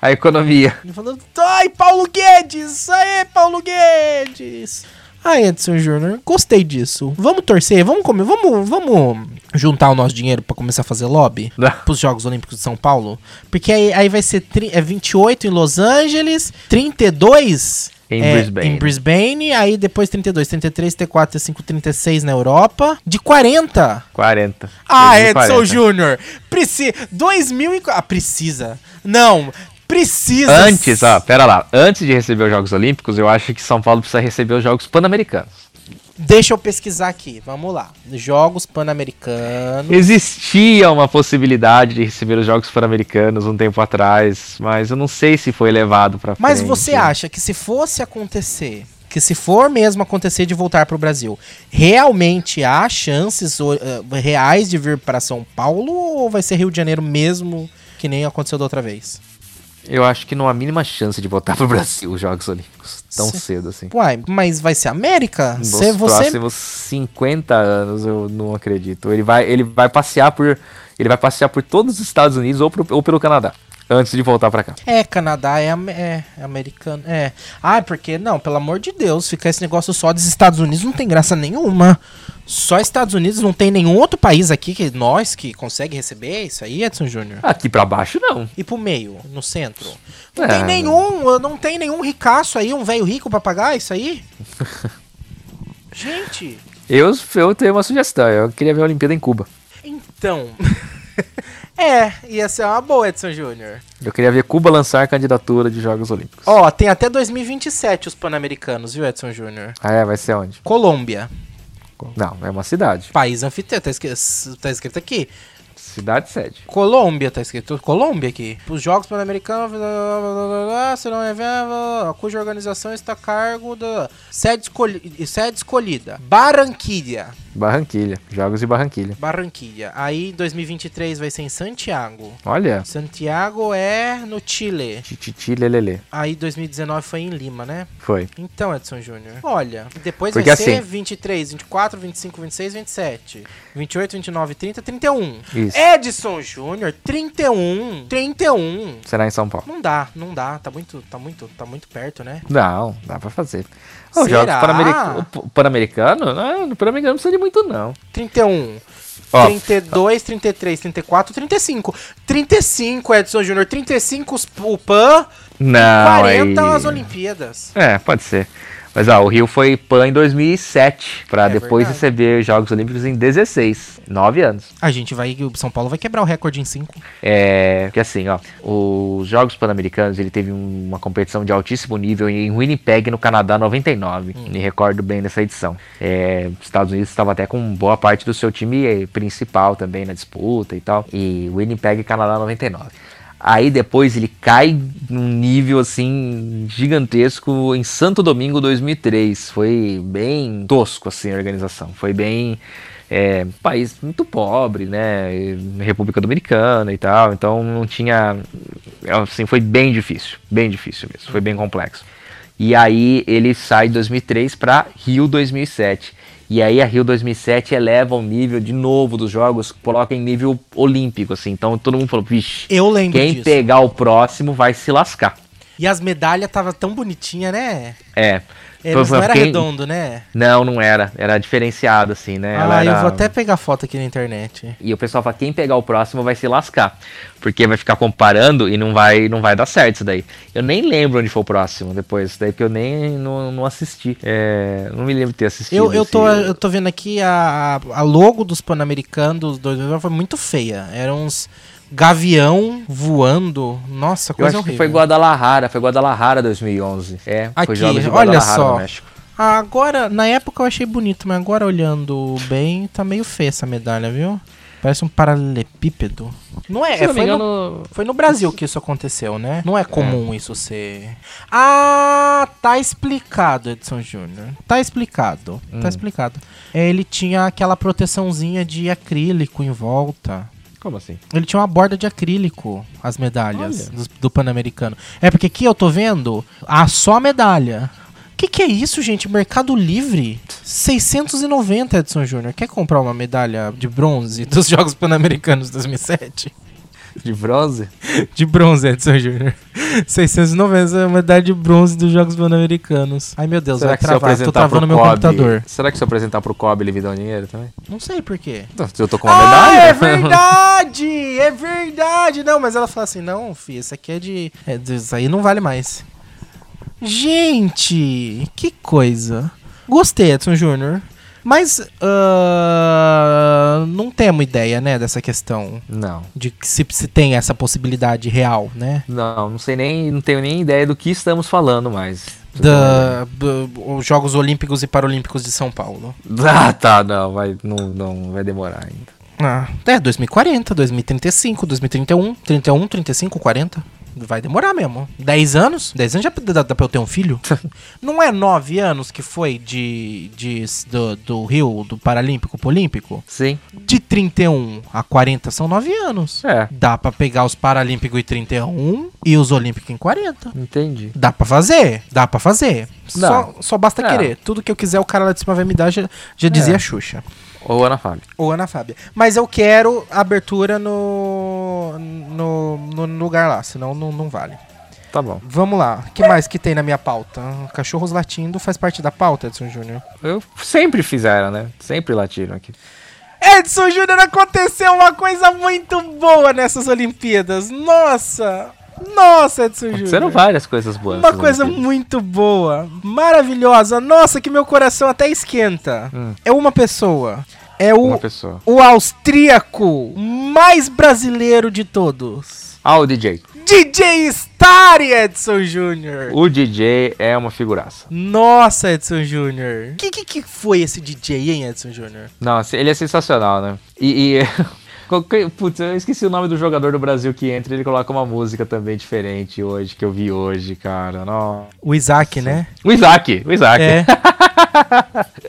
[SPEAKER 2] a economia.
[SPEAKER 1] Ele falando, ai, Paulo Guedes! Aê, Paulo Guedes! Ai, Edson Júnior, gostei disso. Vamos torcer, vamos comer, vamos, vamos juntar o nosso dinheiro pra começar a fazer lobby pros Jogos Olímpicos de São Paulo. Porque aí, aí vai ser tri- é 28 em Los Angeles, 32
[SPEAKER 2] Em
[SPEAKER 1] é,
[SPEAKER 2] Brisbane.
[SPEAKER 1] em Brisbane, aí depois 32, 33, 34, 35, 36 na Europa, de 40
[SPEAKER 2] 40.
[SPEAKER 1] Ah,
[SPEAKER 2] 2040.
[SPEAKER 1] Edson Júnior. Preci... 2000 e... Ah, precisa. Não, precisa.
[SPEAKER 2] Antes, ó, pera lá. Antes de receber os Jogos Olímpicos, eu acho que São Paulo precisa receber os Jogos Pan-Americanos.
[SPEAKER 1] Deixa eu pesquisar aqui. Vamos lá. Jogos Pan-Americanos.
[SPEAKER 2] Existia uma possibilidade de receber os Jogos Pan-Americanos um tempo atrás, mas eu não sei se foi levado pra
[SPEAKER 1] Mas
[SPEAKER 2] frente.
[SPEAKER 1] você acha que se fosse acontecer, que se for mesmo acontecer de voltar pro Brasil, realmente há chances ô, eh, reais de vir para São Paulo ou vai ser Rio de Janeiro mesmo, que nem aconteceu da outra vez?
[SPEAKER 2] Eu acho que não há mínima chance de voltar pro Brasil os Jogos Olímpicos tão
[SPEAKER 1] Sim.
[SPEAKER 2] cedo assim.
[SPEAKER 1] Uai, mas vai ser América?
[SPEAKER 2] Nos
[SPEAKER 1] Se você
[SPEAKER 2] próximos 50 anos, eu não acredito. Ele vai, ele vai passear por. Ele vai passear por todos os Estados Unidos ou, pro- ou pelo Canadá. Antes de voltar pra cá.
[SPEAKER 1] É, Canadá é, am- é, é americano. É. Ah, porque não, pelo amor de Deus, ficar esse negócio só dos Estados Unidos não tem graça nenhuma. Só Estados Unidos não tem nenhum outro país aqui que nós que consegue receber isso aí, Edson Júnior.
[SPEAKER 2] Aqui pra baixo, não.
[SPEAKER 1] E pro meio, no centro. Não
[SPEAKER 2] É.
[SPEAKER 1] tem nenhum, não tem nenhum ricaço aí, um velho rico pra pagar isso aí? Gente,
[SPEAKER 2] Eu, eu tenho uma sugestão. Eu queria ver a Olimpíada em Cuba.
[SPEAKER 1] então. é, ia ser uma boa, Edson Júnior.
[SPEAKER 2] Eu queria ver Cuba lançar a candidatura de Jogos Olímpicos.
[SPEAKER 1] Ó, tem até 2027 os Pan-Americanos, viu, Edson Júnior?
[SPEAKER 2] Ah, é? Vai ser onde?
[SPEAKER 1] Colômbia.
[SPEAKER 2] Não, é uma cidade.
[SPEAKER 1] País anfitrião, tá, esque- tá escrito aqui.
[SPEAKER 2] Cidade sede.
[SPEAKER 1] Colômbia, tá escrito Colômbia aqui. Os Jogos Pan-Americanos blá, blá, blá, blá, blá, serão evento cuja organização está a cargo da sede, escolhi- sede escolhida. Barranquilla.
[SPEAKER 2] Barranquilha. Jogos de Barranquilha.
[SPEAKER 1] Barranquilla. Aí 2023 vai ser em Santiago.
[SPEAKER 2] Olha.
[SPEAKER 1] Santiago é no Chile.
[SPEAKER 2] Tititi lelele.
[SPEAKER 1] Aí 2019 foi em Lima, né?
[SPEAKER 2] Foi.
[SPEAKER 1] Então, Edson Júnior. Olha, depois
[SPEAKER 2] Porque
[SPEAKER 1] vai ser
[SPEAKER 2] assim-
[SPEAKER 1] 23, 24, 25, 26, 27, 28, 29, 30, 31.
[SPEAKER 2] Isso.
[SPEAKER 1] Edson Júnior, 31. 31.
[SPEAKER 2] Será em São Paulo.
[SPEAKER 1] Não dá, não dá. Tá muito, tá muito, tá muito perto, né?
[SPEAKER 2] Não, dá pra fazer. Os
[SPEAKER 1] Será?
[SPEAKER 2] Jogos Pan-Americanos. Pan-Americano? Não, o Pan-Americano não precisa de muito, não.
[SPEAKER 1] 31.
[SPEAKER 2] Ó.
[SPEAKER 1] 32, 33, 34, 35. 35, Edson Júnior. 35 os- o PAN.
[SPEAKER 2] Não,
[SPEAKER 1] 40
[SPEAKER 2] aí-
[SPEAKER 1] as Olimpíadas.
[SPEAKER 2] É, pode ser. Mas ó, o Rio foi PAN em 2007, pra depois
[SPEAKER 1] É verdade.
[SPEAKER 2] receber os Jogos Olímpicos em 16, 9 anos.
[SPEAKER 1] A gente vai. O São Paulo vai quebrar o recorde em 5.
[SPEAKER 2] É, porque assim, ó, os Jogos Pan-Americanos, ele teve um- uma competição de altíssimo nível em Winnipeg, no Canadá, 99. Me recordo bem dessa edição. É, os Estados Unidos estava até com boa parte do seu time eh, principal também na disputa e tal. E Winnipeg, Canadá, 99. Aí depois ele cai num nível assim gigantesco em Santo Domingo 2003. Foi bem tosco assim a organização. Foi bem é, um país muito pobre, né? e República Dominicana e tal. Então não tinha. Assim, foi bem difícil. Bem difícil mesmo. Foi bem complexo. E aí ele sai em 2003 para Rio 2007. E aí a Rio 2007 eleva o nível de novo dos jogos, coloca em nível olímpico, assim. Então todo mundo falou, vixe,
[SPEAKER 1] Eu lembro
[SPEAKER 2] quem
[SPEAKER 1] disso.
[SPEAKER 2] pegar o próximo vai se lascar.
[SPEAKER 1] E as medalhas tava tão bonitinha, né?
[SPEAKER 2] É.
[SPEAKER 1] Eles não era
[SPEAKER 2] Quem-
[SPEAKER 1] redondo, né?
[SPEAKER 2] Não, não era. Era diferenciado, assim, né? Ela
[SPEAKER 1] ah, eu
[SPEAKER 2] era-
[SPEAKER 1] vou até pegar foto aqui na internet.
[SPEAKER 2] E o pessoal fala, quem pegar o próximo vai se lascar. Porque vai ficar comparando e não vai, não vai dar certo isso daí. Eu nem lembro onde foi o próximo depois, daí que eu nem não, não assisti. É, não me lembro de ter assistido.
[SPEAKER 1] Eu, eu, tô,
[SPEAKER 2] esse-
[SPEAKER 1] eu tô vendo aqui a, a logo dos Pan-Americanos 2019 foi muito feia. Era uns gavião voando. Nossa,
[SPEAKER 2] Eu
[SPEAKER 1] coisa
[SPEAKER 2] acho que
[SPEAKER 1] horrível.
[SPEAKER 2] foi Guadalajara, foi Guadalajara 2011. É, foi
[SPEAKER 1] Aqui,
[SPEAKER 2] Jogos de
[SPEAKER 1] olha
[SPEAKER 2] Guadalajara no
[SPEAKER 1] só.
[SPEAKER 2] México.
[SPEAKER 1] Ah, Agora, na época eu achei bonito, mas agora olhando bem, tá meio feia essa medalha, viu? Parece um paralelepípedo. Não é,
[SPEAKER 3] Se não me
[SPEAKER 1] foi, no,
[SPEAKER 3] engano,
[SPEAKER 1] foi no Brasil que isso aconteceu, né? Não é comum isso ser. Ah, tá explicado, Edson Júnior. Tá explicado.
[SPEAKER 2] Hum.
[SPEAKER 1] Tá explicado. É, Ele tinha aquela proteçãozinha de acrílico em volta.
[SPEAKER 2] Como assim?
[SPEAKER 1] Ele tinha uma borda de acrílico, as medalhas dos- do, Pan-Americano. É porque aqui eu tô vendo a só medalha. Que que é isso, gente? Mercado Livre? 690, Edson Júnior. Quer comprar uma medalha de bronze dos Jogos Pan-Americanos 2007?
[SPEAKER 2] De bronze?
[SPEAKER 1] De bronze, Edson Júnior. 690 é uma medalha de bronze dos Jogos Pan-Americanos. Ai, meu Deus, vai
[SPEAKER 2] se eu
[SPEAKER 1] travar. Tô
[SPEAKER 2] apresentar pro
[SPEAKER 1] travando meu
[SPEAKER 2] Kobe-
[SPEAKER 1] computador.
[SPEAKER 2] Será que se eu apresentar pro Kobe ele me dá um dinheiro também?
[SPEAKER 1] Não sei por quê.
[SPEAKER 2] Eu tô com uma
[SPEAKER 1] Ah,
[SPEAKER 2] medalha.
[SPEAKER 1] é verdade! É verdade! Não, mas ela fala assim, não, filho, isso aqui é de... é de- isso aí não vale mais. Gente, que coisa. Gostei, Edson Júnior. Mas ah, não temos ideia, né, dessa questão
[SPEAKER 2] Não.
[SPEAKER 1] de que se, se tem essa possibilidade real, né?
[SPEAKER 2] Não, não sei nem, não tenho nem ideia do que estamos falando mais.
[SPEAKER 1] Da, do- os Jogos Olímpicos e Paralímpicos de São Paulo.
[SPEAKER 2] Ah, tá, não, vai, não, não, vai demorar ainda.
[SPEAKER 1] Ah, é, 2040, 2035, 2031, 31, 35, 40. Vai demorar mesmo. 10 anos? 10 anos já dá, dá pra eu ter um filho? Não é 9 anos que foi de, de, do, do Rio, do Paralímpico pro Olímpico?
[SPEAKER 2] Sim.
[SPEAKER 1] De 31 a 40 são 9 anos.
[SPEAKER 2] É,
[SPEAKER 1] Dá pra pegar os Paralímpicos em 31 e os Olímpicos em 40.
[SPEAKER 2] entendi.
[SPEAKER 1] Dá pra fazer, dá pra fazer. Só,
[SPEAKER 2] Dá.
[SPEAKER 1] só basta
[SPEAKER 2] É.
[SPEAKER 1] querer. Tudo que eu quiser, o cara lá de cima vai me dar, já, já dizia a Xuxa.
[SPEAKER 2] Ou Ana Fábio.
[SPEAKER 1] Ou Ana Fábia. Mas eu quero abertura no, no, no lugar lá, senão não, não vale.
[SPEAKER 2] Tá bom.
[SPEAKER 1] Vamos lá. que mais que tem na minha pauta? Cachorros latindo faz parte da pauta, Edson Júnior.
[SPEAKER 2] Eu sempre fizeram, né? Sempre latiram aqui.
[SPEAKER 1] Edson Júnior, aconteceu uma coisa muito boa nessas Olimpíadas. Nossa! Nossa, Edson
[SPEAKER 2] Aconteceram
[SPEAKER 1] Júnior.
[SPEAKER 2] várias coisas boas.
[SPEAKER 1] é. Uma
[SPEAKER 2] nessas
[SPEAKER 1] coisa
[SPEAKER 2] Olimpíadas.
[SPEAKER 1] muito boa, maravilhosa. Nossa, que meu coração até esquenta. É uma pessoa. É o,
[SPEAKER 2] Hum. Uma pessoa.
[SPEAKER 1] o austríaco mais brasileiro de todos.
[SPEAKER 2] Ah, o DJ.
[SPEAKER 1] DJ Star Edson Júnior.
[SPEAKER 2] O DJ é uma figuraça.
[SPEAKER 1] Nossa, Edson Júnior. O que, que que foi esse DJ, hein, Edson Júnior?
[SPEAKER 2] Não, assim, ele é sensacional, né? E. e... qualquer- Putz, eu esqueci o nome do jogador do Brasil que entra e ele coloca uma música também diferente hoje, que eu vi hoje, cara. Nossa.
[SPEAKER 1] O Isaac, né?
[SPEAKER 2] O Isaac, o Isaac.
[SPEAKER 1] É.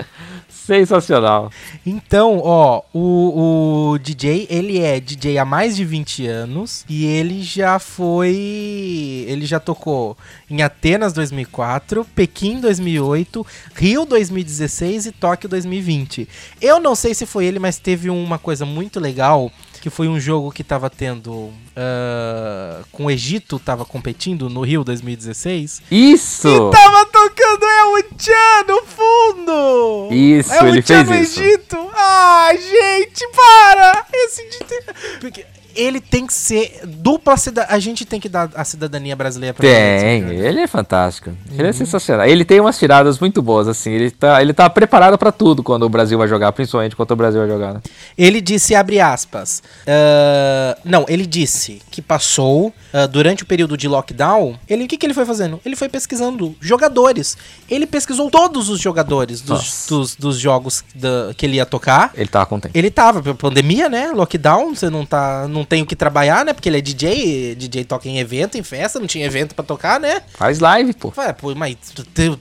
[SPEAKER 2] Sensacional.
[SPEAKER 1] Então, ó, o, o DJ, ele é DJ há mais de 20 anos e ele já foi. Ele já tocou em Atenas 2004, Pequim 2008, Rio 2016 e Tóquio 2020. Eu não sei se foi ele, mas teve uma coisa muito legal que foi um jogo que tava tendo ah, com o Egito, tava competindo no Rio 2016.
[SPEAKER 2] Isso!
[SPEAKER 1] E tava tocando é o Tchan no fundo!
[SPEAKER 2] Isso,
[SPEAKER 1] é
[SPEAKER 2] ele
[SPEAKER 1] o Tchan
[SPEAKER 2] fez
[SPEAKER 1] no
[SPEAKER 2] isso.
[SPEAKER 1] Egito! Ah, gente, para! Esse é- DJ Porque ele tem que ser dupla cidadania. A gente tem que dar a cidadania brasileira pra
[SPEAKER 2] Tem,
[SPEAKER 1] ele.
[SPEAKER 2] ele é fantástico. Ele
[SPEAKER 1] Uhum.
[SPEAKER 2] é sensacional. Ele tem umas tiradas muito boas, assim. Ele tá, ele tá preparado pra tudo quando o Brasil vai jogar, principalmente quando o Brasil vai jogar, né?
[SPEAKER 1] Ele disse, abre aspas. ah, não, ele disse que passou ah, durante o período de lockdown. Ele, o que, que ele foi fazendo? Ele foi pesquisando jogadores. Ele pesquisou todos os jogadores dos,
[SPEAKER 2] Nossa.
[SPEAKER 1] dos, dos jogos da- que ele ia tocar.
[SPEAKER 2] Ele tava contente.
[SPEAKER 1] Ele tava, p- pandemia, né? Lockdown, você não tá, não tem o que trabalhar, né? Porque ele é DJ, e DJ toca em evento, em festa, não tinha evento pra tocar, né?
[SPEAKER 2] Faz live, pô.
[SPEAKER 1] Ué, pô, mas tu te-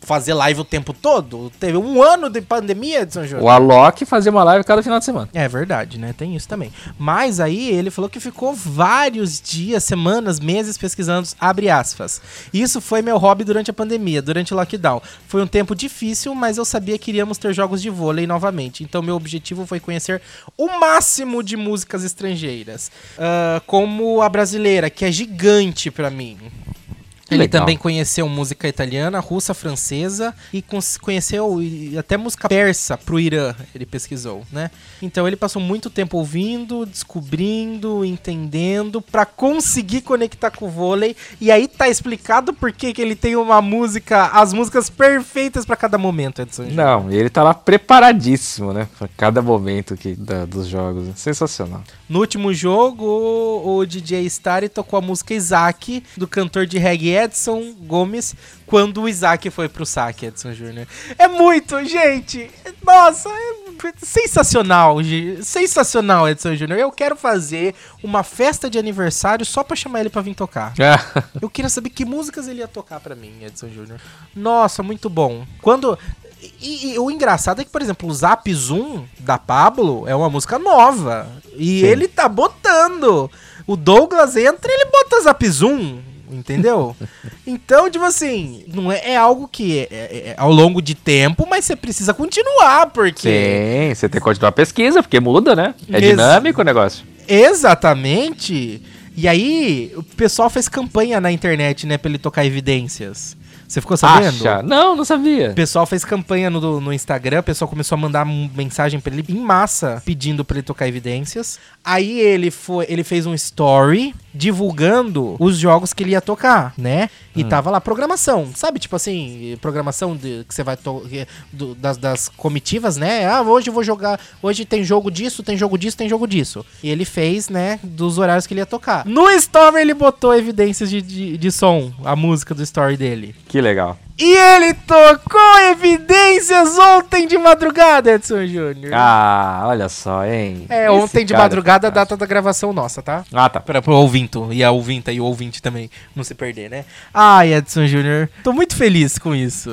[SPEAKER 1] fazer live o tempo todo? Teve um ano de pandemia, Edson Júnior.
[SPEAKER 2] O Alok fazia uma live cada final de semana.
[SPEAKER 1] É verdade, né? Tem isso também. Mas aí ele falou que ficou vários dias, semanas, meses pesquisando, abre aspas. Isso foi meu hobby durante a pandemia, durante o lockdown. Foi um tempo difícil, mas eu sabia que iríamos ter jogos de vôlei novamente. Então meu objetivo foi conhecer o máximo de músicas estrangeiras. Ah, como a brasileira, que é gigante pra mim. Ele
[SPEAKER 2] Legal.
[SPEAKER 1] também conheceu música italiana, russa, francesa e cons- conheceu e- até música persa pro Irã, ele pesquisou, né? Então ele passou muito tempo ouvindo, descobrindo, entendendo pra conseguir conectar com o vôlei. E aí tá explicado por que que ele tem uma música, as músicas perfeitas pra cada momento, Edson. Júnior.
[SPEAKER 2] Não, ele tá lá preparadíssimo, né? Pra cada momento que, da- dos jogos. Sensacional.
[SPEAKER 1] No último jogo, o, o DJ Starry tocou a música Isaac, do cantor de reggae Edson Gomes, quando o Isaac foi pro saque, Edson Júnior. É muito, gente! Nossa, é sensacional, Gi- sensacional, Edson Júnior. Eu quero fazer uma festa de aniversário só pra chamar ele pra vir tocar.
[SPEAKER 2] Ah,
[SPEAKER 1] Eu queria saber que músicas ele ia tocar pra mim, Edson Júnior. Nossa, muito bom. Quando. E, e o engraçado é que, por exemplo, o Zap Zoom da Pablo é uma música nova. E ele tá botando. O Douglas entra e ele bota Zap Zoom. Entendeu? então, tipo assim, não é, é algo que é, é- é ao longo de tempo, mas você precisa continuar, porque.
[SPEAKER 2] Sim, você tem que continuar a pesquisa, porque muda, né? É
[SPEAKER 1] Ex-
[SPEAKER 2] dinâmico o negócio.
[SPEAKER 1] Exatamente. E aí, o pessoal fez campanha na internet, né, pra ele tocar evidências. Você ficou sabendo?
[SPEAKER 3] Acha? Não, não sabia.
[SPEAKER 1] O pessoal fez campanha no, no Instagram, o pessoal começou a mandar m- mensagem pra ele em massa, pedindo pra ele tocar evidências. Aí ele foi, ele fez um story divulgando os jogos que ele ia tocar, né? E tava lá programação, sabe? Tipo assim, programação de- que você vai to- que- do- das, das comitivas, né? Ah, hoje eu vou jogar, hoje tem jogo disso, tem jogo disso, tem jogo disso. E ele fez, né, dos horários que ele ia tocar. No story ele botou evidências de, de, de som, a música do story dele.
[SPEAKER 2] Que legal.
[SPEAKER 1] E ele tocou evidências ontem de madrugada, Edson Júnior.
[SPEAKER 2] Ah, olha só, hein?
[SPEAKER 1] é,
[SPEAKER 2] Esse
[SPEAKER 1] ontem de
[SPEAKER 2] cara é
[SPEAKER 1] madrugada, a data
[SPEAKER 2] fantástico.
[SPEAKER 1] da gravação nossa, tá?
[SPEAKER 2] Ah, tá.
[SPEAKER 1] Pra, pro ouvinto, e a ouvinta, e o ouvinte também, não se perder, né? Ai, Edson Júnior, tô muito feliz com isso.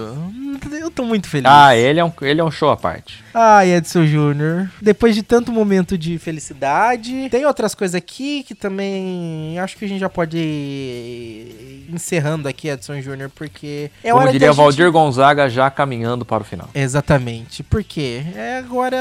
[SPEAKER 1] Eu tô muito feliz.
[SPEAKER 2] Ah, ele é um, ele é um show à parte.
[SPEAKER 1] Ai, Edson Júnior. Depois de tanto momento de felicidade, tem outras coisas aqui que também acho que a gente já pode ir encerrando aqui, Edson Júnior, porque é
[SPEAKER 2] Como
[SPEAKER 1] de
[SPEAKER 2] diria
[SPEAKER 1] a gente-
[SPEAKER 2] Valdir Gonzaga já caminhando para o final.
[SPEAKER 1] Exatamente. Porque é agora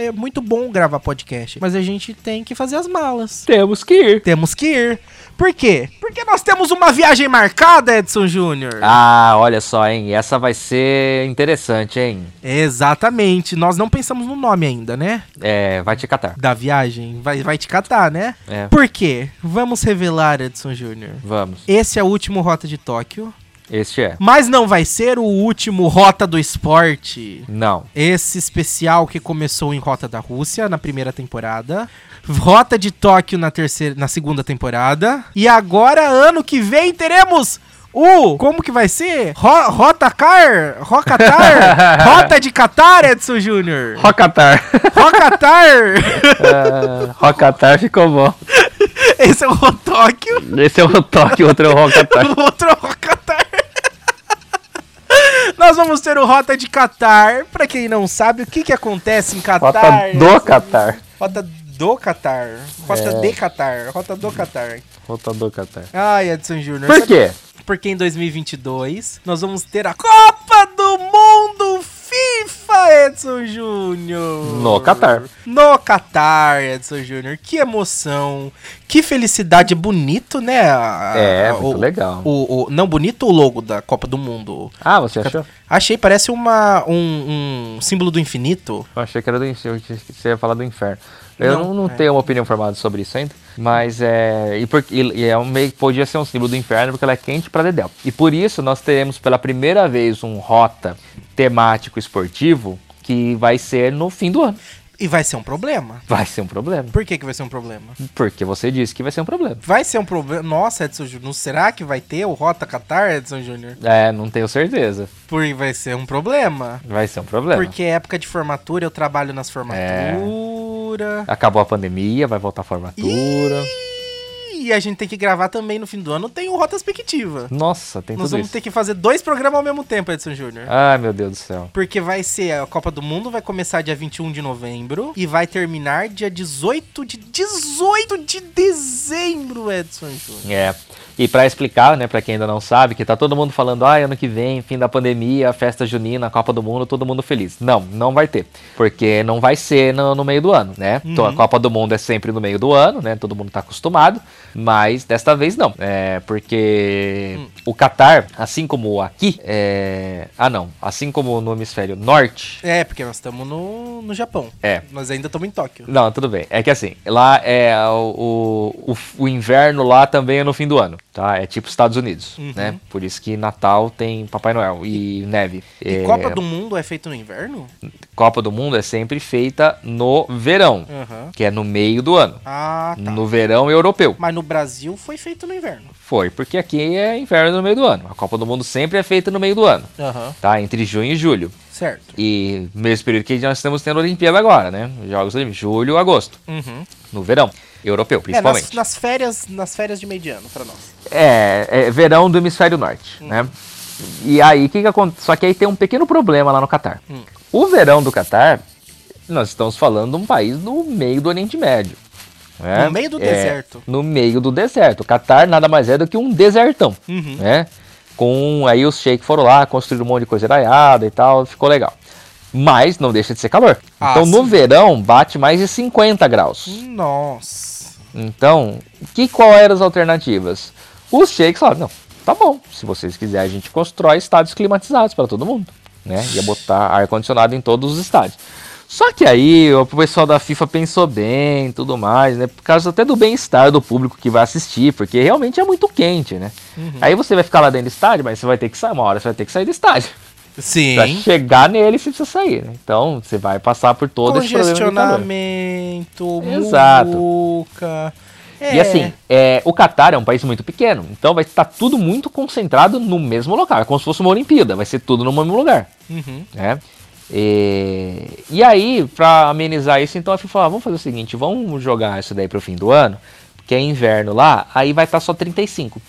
[SPEAKER 1] é muito bom gravar podcast, mas a gente tem que fazer as malas.
[SPEAKER 3] Temos que ir.
[SPEAKER 1] Temos que ir. Por quê? Porque nós temos uma viagem marcada, Edson Júnior.
[SPEAKER 2] Ah, olha só, hein? Essa vai ser interessante, hein?
[SPEAKER 1] Exatamente. Nós não pensamos no nome ainda, né?
[SPEAKER 2] É, vai te catar.
[SPEAKER 1] Da viagem. Vai, vai te catar, né?
[SPEAKER 2] É.
[SPEAKER 1] Por quê? Vamos revelar, Edson Júnior.
[SPEAKER 2] Vamos.
[SPEAKER 1] Esse é o último Rota de Tóquio,
[SPEAKER 2] Este é.
[SPEAKER 1] mas não vai ser o último Rota do Esporte.
[SPEAKER 2] Não.
[SPEAKER 1] Esse especial que começou em Rota da Rússia na primeira temporada, Rota de Tóquio na terceira, na segunda temporada, e agora ano que vem teremos o como que vai ser? Ro, Rota Car, Rocatar, Rota de Catar, Edson Júnior.
[SPEAKER 2] Rocatar.
[SPEAKER 1] Rocatar.
[SPEAKER 2] É, Rocatar ficou bom.
[SPEAKER 1] Esse é o Rotóquio,
[SPEAKER 2] Esse é o toque, outro é o Rocatar.
[SPEAKER 1] o outro é o Rocatar. Nós vamos ter o Rota de Catar. Pra quem não sabe, o que que acontece em Catar?
[SPEAKER 2] Rota do Catar.
[SPEAKER 1] Rota do Catar. Rota
[SPEAKER 2] É.
[SPEAKER 1] de Catar. Rota do Catar.
[SPEAKER 2] Rota do Catar.
[SPEAKER 1] Ai, Edson Júnior.
[SPEAKER 2] Por
[SPEAKER 1] sabe-
[SPEAKER 2] quê?
[SPEAKER 1] Porque em 2022 nós vamos ter a Copa do Mundo FIFA, Edson Júnior.
[SPEAKER 2] No Catar.
[SPEAKER 1] No Catar, Edson Júnior. Que emoção. Que felicidade. Bonito, né? a-
[SPEAKER 2] É,
[SPEAKER 1] a-
[SPEAKER 2] muito
[SPEAKER 1] o-
[SPEAKER 2] legal.
[SPEAKER 1] O, o- não, bonito o logo da Copa do Mundo.
[SPEAKER 2] Ah, você achou?
[SPEAKER 1] Achei, parece uma, um- um símbolo do infinito.
[SPEAKER 2] Eu achei que era do inferno, você ia falar do inferno. Eu
[SPEAKER 1] Não, É.
[SPEAKER 2] não, não tenho uma opinião formada sobre isso ainda, mas é. E, por, e- e é um meio, podia ser um símbolo do inferno porque ela é quente pra Dedel. E por isso nós teremos pela primeira vez um rota temático esportivo que vai ser no fim do ano.
[SPEAKER 1] E vai ser um problema.
[SPEAKER 2] Vai ser um problema.
[SPEAKER 1] Por que, que vai ser um problema?
[SPEAKER 2] Porque você disse que vai ser um problema.
[SPEAKER 1] Vai ser um problema. Nossa, Edson Júnior, será que vai ter o Rota Qatar, Edson Júnior?
[SPEAKER 2] É, não tenho certeza.
[SPEAKER 1] Porque vai ser um problema.
[SPEAKER 2] Vai ser um problema.
[SPEAKER 1] Porque é época de formatura, eu trabalho nas formaturas.
[SPEAKER 2] Acabou a pandemia, vai voltar a formatura.
[SPEAKER 1] E a gente tem que gravar também no fim do ano, tem o Rota Expectativa.
[SPEAKER 2] Nossa, tem
[SPEAKER 1] Nós
[SPEAKER 2] tudo
[SPEAKER 1] vamos
[SPEAKER 2] isso. É.
[SPEAKER 1] ter que fazer dois programas ao mesmo tempo, Edson Júnior.
[SPEAKER 2] Ai, meu Deus do céu.
[SPEAKER 1] Porque vai ser a Copa do Mundo, vai começar dia 21 de novembro e vai terminar dia 18 de 18 de dezembro, Edson Júnior.
[SPEAKER 2] É. E pra explicar, né, pra quem ainda não sabe, que tá todo mundo falando, ah, ano que vem, fim da pandemia, festa junina, Copa do Mundo, todo mundo feliz. Não, não vai ter. Porque não vai ser no, no meio do ano, né? Então, A Copa do Mundo é sempre no meio do ano, né? Todo mundo tá acostumado, mas desta vez não. É, porque o Catar, assim como aqui, é... Ah, não. Assim como no hemisfério norte,
[SPEAKER 1] É, porque nós estamos no, no Japão.
[SPEAKER 2] É.
[SPEAKER 1] Nós ainda estamos em Tóquio.
[SPEAKER 2] Não, tudo bem. É que assim, lá é o, o, o- o inverno lá também é no fim do ano, tá? É tipo Estados Unidos,
[SPEAKER 1] Uhum.
[SPEAKER 2] né? Por isso que Natal tem Papai Noel e, neve.
[SPEAKER 1] E
[SPEAKER 2] É,
[SPEAKER 1] Copa do Mundo é feito no inverno?
[SPEAKER 2] Copa do Mundo é sempre feita no verão,
[SPEAKER 1] Aham.
[SPEAKER 2] que é no meio do ano.
[SPEAKER 1] Ah, tá.
[SPEAKER 2] No verão europeu.
[SPEAKER 1] Mas no Brasil foi feito no inverno.
[SPEAKER 2] Foi, porque aqui é inverno no meio do ano. A Copa do Mundo sempre é feita no meio do ano,
[SPEAKER 1] Aham.
[SPEAKER 2] tá? Entre junho e julho.
[SPEAKER 1] Certo.
[SPEAKER 2] E mesmo período que nós estamos tendo a Olimpíada agora, né? Jogos Olímpicos, julho, agosto.
[SPEAKER 1] Uhum.
[SPEAKER 2] No verão europeu,
[SPEAKER 1] É,
[SPEAKER 2] principalmente.
[SPEAKER 1] nas, nas férias, nas férias de meio de ano pra nós.
[SPEAKER 2] É, é verão do hemisfério norte,
[SPEAKER 1] Hum.
[SPEAKER 2] né? E aí, o que, que acontece? Só que aí tem um pequeno problema lá no Catar.
[SPEAKER 1] Hum.
[SPEAKER 2] O verão do Catar, nós estamos falando de um país no meio do Oriente Médio. né?
[SPEAKER 1] No meio do
[SPEAKER 2] É,
[SPEAKER 1] deserto.
[SPEAKER 2] No meio do deserto. O Catar nada mais é do que um desertão,
[SPEAKER 1] Uhum.
[SPEAKER 2] né? Com, aí os sheiks foram lá, construíram um monte de coisa iraiada e tal, ficou legal. Mas não deixa de ser calor.
[SPEAKER 1] Ah,
[SPEAKER 2] então no
[SPEAKER 1] sim.
[SPEAKER 2] verão bate mais de 50 graus.
[SPEAKER 1] Nossa.
[SPEAKER 2] Então, que qual eram as alternativas? Os sheiks falaram, não, tá bom, se vocês quiserem, a gente constrói estádios climatizados para todo mundo. Né? Ia botar ar-condicionado em todos os estádios. Só que aí o pessoal da FIFA pensou bem tudo mais, né? Por causa até do bem-estar do público que vai assistir, porque realmente é muito quente, né? Aí você vai ficar lá dentro do estádio, mas você vai ter que sair, uma hora você vai ter que sair do estádio. Pra
[SPEAKER 7] Sim.
[SPEAKER 2] chegar nele, você precisa sair. né? Então, você vai passar por todo esse problema de calor.
[SPEAKER 1] Congestionamento,
[SPEAKER 2] Exato.
[SPEAKER 1] muvuca. É.
[SPEAKER 2] E assim, é, o Catar é um país muito pequeno, então vai estar tudo muito concentrado no mesmo local. É como se fosse uma Olimpíada, vai ser tudo no mesmo lugar.
[SPEAKER 1] Uhum.
[SPEAKER 2] Né? E, e aí, pra amenizar isso, então a FIFA falou: "Ah, vamos fazer o seguinte, vamos jogar isso daí pro fim do ano, porque é inverno lá, aí vai estar só 35.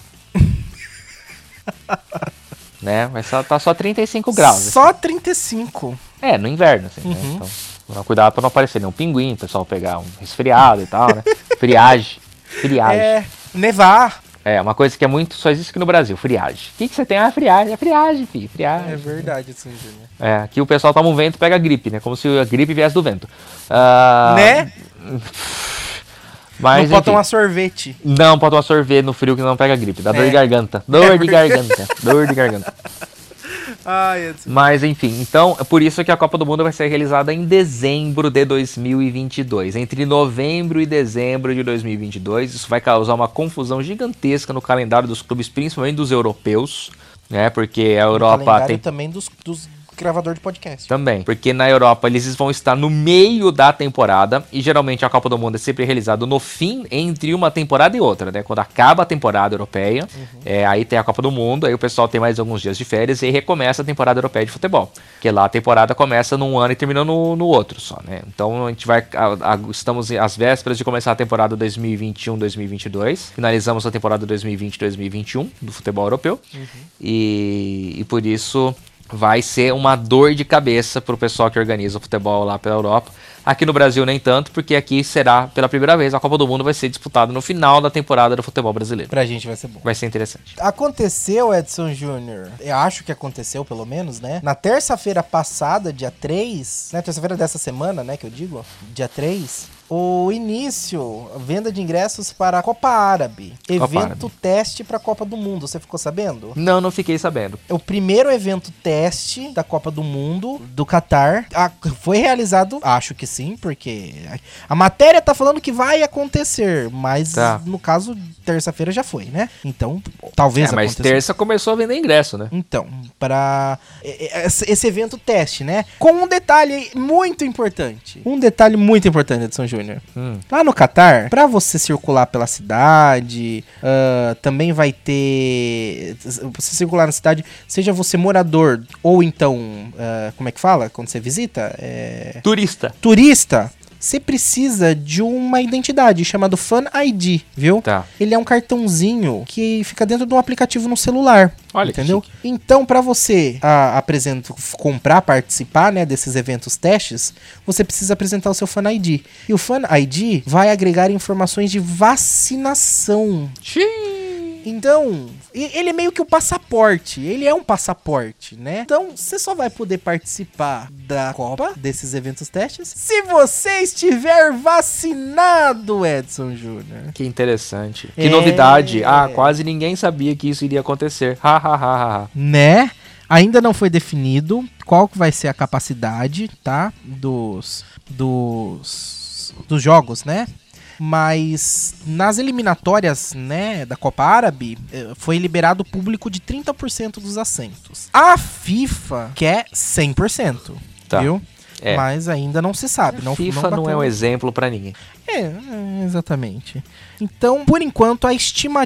[SPEAKER 2] né? Vai estar só 35 graus.
[SPEAKER 1] Só Uhum. 35.
[SPEAKER 2] É, no inverno, assim, né? Então, tomar cuidado pra não aparecer nenhum pinguim, o pessoal pegar um resfriado e tal, né? Friagem. Friagem. É.
[SPEAKER 1] É, nevar.
[SPEAKER 2] uma coisa que é muito. Só existe aqui no Brasil, friagem. O que, que você tem? Ah, friagem, é friagem, filho, friagem.
[SPEAKER 1] É verdade, assim, Júnior.
[SPEAKER 2] É, aqui o pessoal toma um vento e pega gripe, né? Como se a gripe viesse do vento. Ah,
[SPEAKER 1] né? Não
[SPEAKER 2] Mas,
[SPEAKER 1] pode
[SPEAKER 2] enfim.
[SPEAKER 1] tomar sorvete.
[SPEAKER 2] Não, pode tomar sorvete no frio que não pega gripe. Dá dor de
[SPEAKER 1] É.
[SPEAKER 2] garganta. Dor de garganta. Dor de garganta.
[SPEAKER 1] Ai, Edson.
[SPEAKER 2] Mas enfim, então é por isso que a Copa do Mundo vai ser realizada em dezembro de 2022. Entre novembro e dezembro de 2022, isso vai causar uma confusão gigantesca no calendário dos clubes, principalmente dos europeus, né? Porque a Europa
[SPEAKER 1] Calendário
[SPEAKER 2] tem Então-
[SPEAKER 1] também dos, dos gravadores de podcast.
[SPEAKER 2] também, porque na Europa eles vão estar no meio da temporada e geralmente a Copa do Mundo é sempre realizada no fim entre uma temporada e outra, né? Quando acaba a temporada europeia, é, aí tem a Copa do Mundo, aí o pessoal tem mais alguns dias de férias e aí recomeça a temporada europeia de futebol, porque lá a temporada começa num ano e termina no, no outro só, né? Então a gente vai a- a- estamos às vésperas de começar a temporada 2021-2022, finalizamos a temporada 2020-2021 do futebol europeu e, e por isso vai ser uma dor de cabeça pro pessoal que organiza o futebol lá pela Europa. Aqui no Brasil nem tanto, porque aqui será pela primeira vez a Copa do Mundo vai ser disputada no final da temporada do futebol brasileiro.
[SPEAKER 1] Pra gente vai ser bom.
[SPEAKER 2] Vai ser interessante.
[SPEAKER 1] Aconteceu, Edson Júnior. Eu acho que aconteceu, pelo menos, né? Na terça-feira passada, dia 3, né? Terça-feira dessa semana, né? Que eu digo, dia 3. O início, a venda de ingressos para a Copa Árabe. evento
[SPEAKER 2] Árabe.
[SPEAKER 1] teste para a Copa do Mundo. Você ficou sabendo?
[SPEAKER 2] Não, não fiquei sabendo.
[SPEAKER 1] É o primeiro evento teste da Copa do Mundo do Catar. A- foi realizado, acho que sim, porque a, a matéria tá falando que vai acontecer, mas
[SPEAKER 2] Tá.
[SPEAKER 1] no caso, terça-feira já foi, né? Então, talvez
[SPEAKER 2] É, mas
[SPEAKER 1] aconteça.
[SPEAKER 2] terça começou a vender ingresso, né?
[SPEAKER 1] Então, para esse evento teste, né? Com um detalhe muito importante. Um detalhe muito importante, Edson Júnior.
[SPEAKER 2] Hum.
[SPEAKER 1] Lá no Catar, pra você circular pela cidade, ah, também vai ter. Você circular na cidade, seja você morador ou então. ah, como é que fala? Quando você visita? É,
[SPEAKER 2] Turista.
[SPEAKER 1] turista. Você precisa de uma identidade chamado Fan ID, viu?
[SPEAKER 2] Tá.
[SPEAKER 1] Ele é um cartãozinho que fica dentro de um aplicativo no celular.
[SPEAKER 2] Olha que
[SPEAKER 1] entendeu? Então, pra você ah, apresento, f- comprar, participar, né, desses eventos testes, você precisa apresentar o seu Fan ID. E o Fan ID vai agregar informações de vacinação. Então, e- ele é meio que o passaporte. Ele é um passaporte, né? Então, você só vai poder participar da Copa, desses eventos testes, se você estiver vacinado, Edson Júnior.
[SPEAKER 2] Que interessante. Que
[SPEAKER 1] É.
[SPEAKER 2] novidade. Ah, quase ninguém sabia que isso iria acontecer. Ha, ha, ha, ha, ha.
[SPEAKER 1] né? Ainda não foi definido qual que vai ser a capacidade, tá? Dos dos dos jogos, né? Mas nas eliminatórias, né, da Copa Árabe, eh, foi liberado o público de 30% dos assentos. A FIFA quer 100%,
[SPEAKER 2] Tá.
[SPEAKER 1] viu?
[SPEAKER 2] É.
[SPEAKER 1] Mas ainda não se sabe, não
[SPEAKER 2] FIFA não, é
[SPEAKER 1] bateu-
[SPEAKER 2] um exemplo pra ninguém.
[SPEAKER 1] é, é, exatamente. Então, por enquanto, a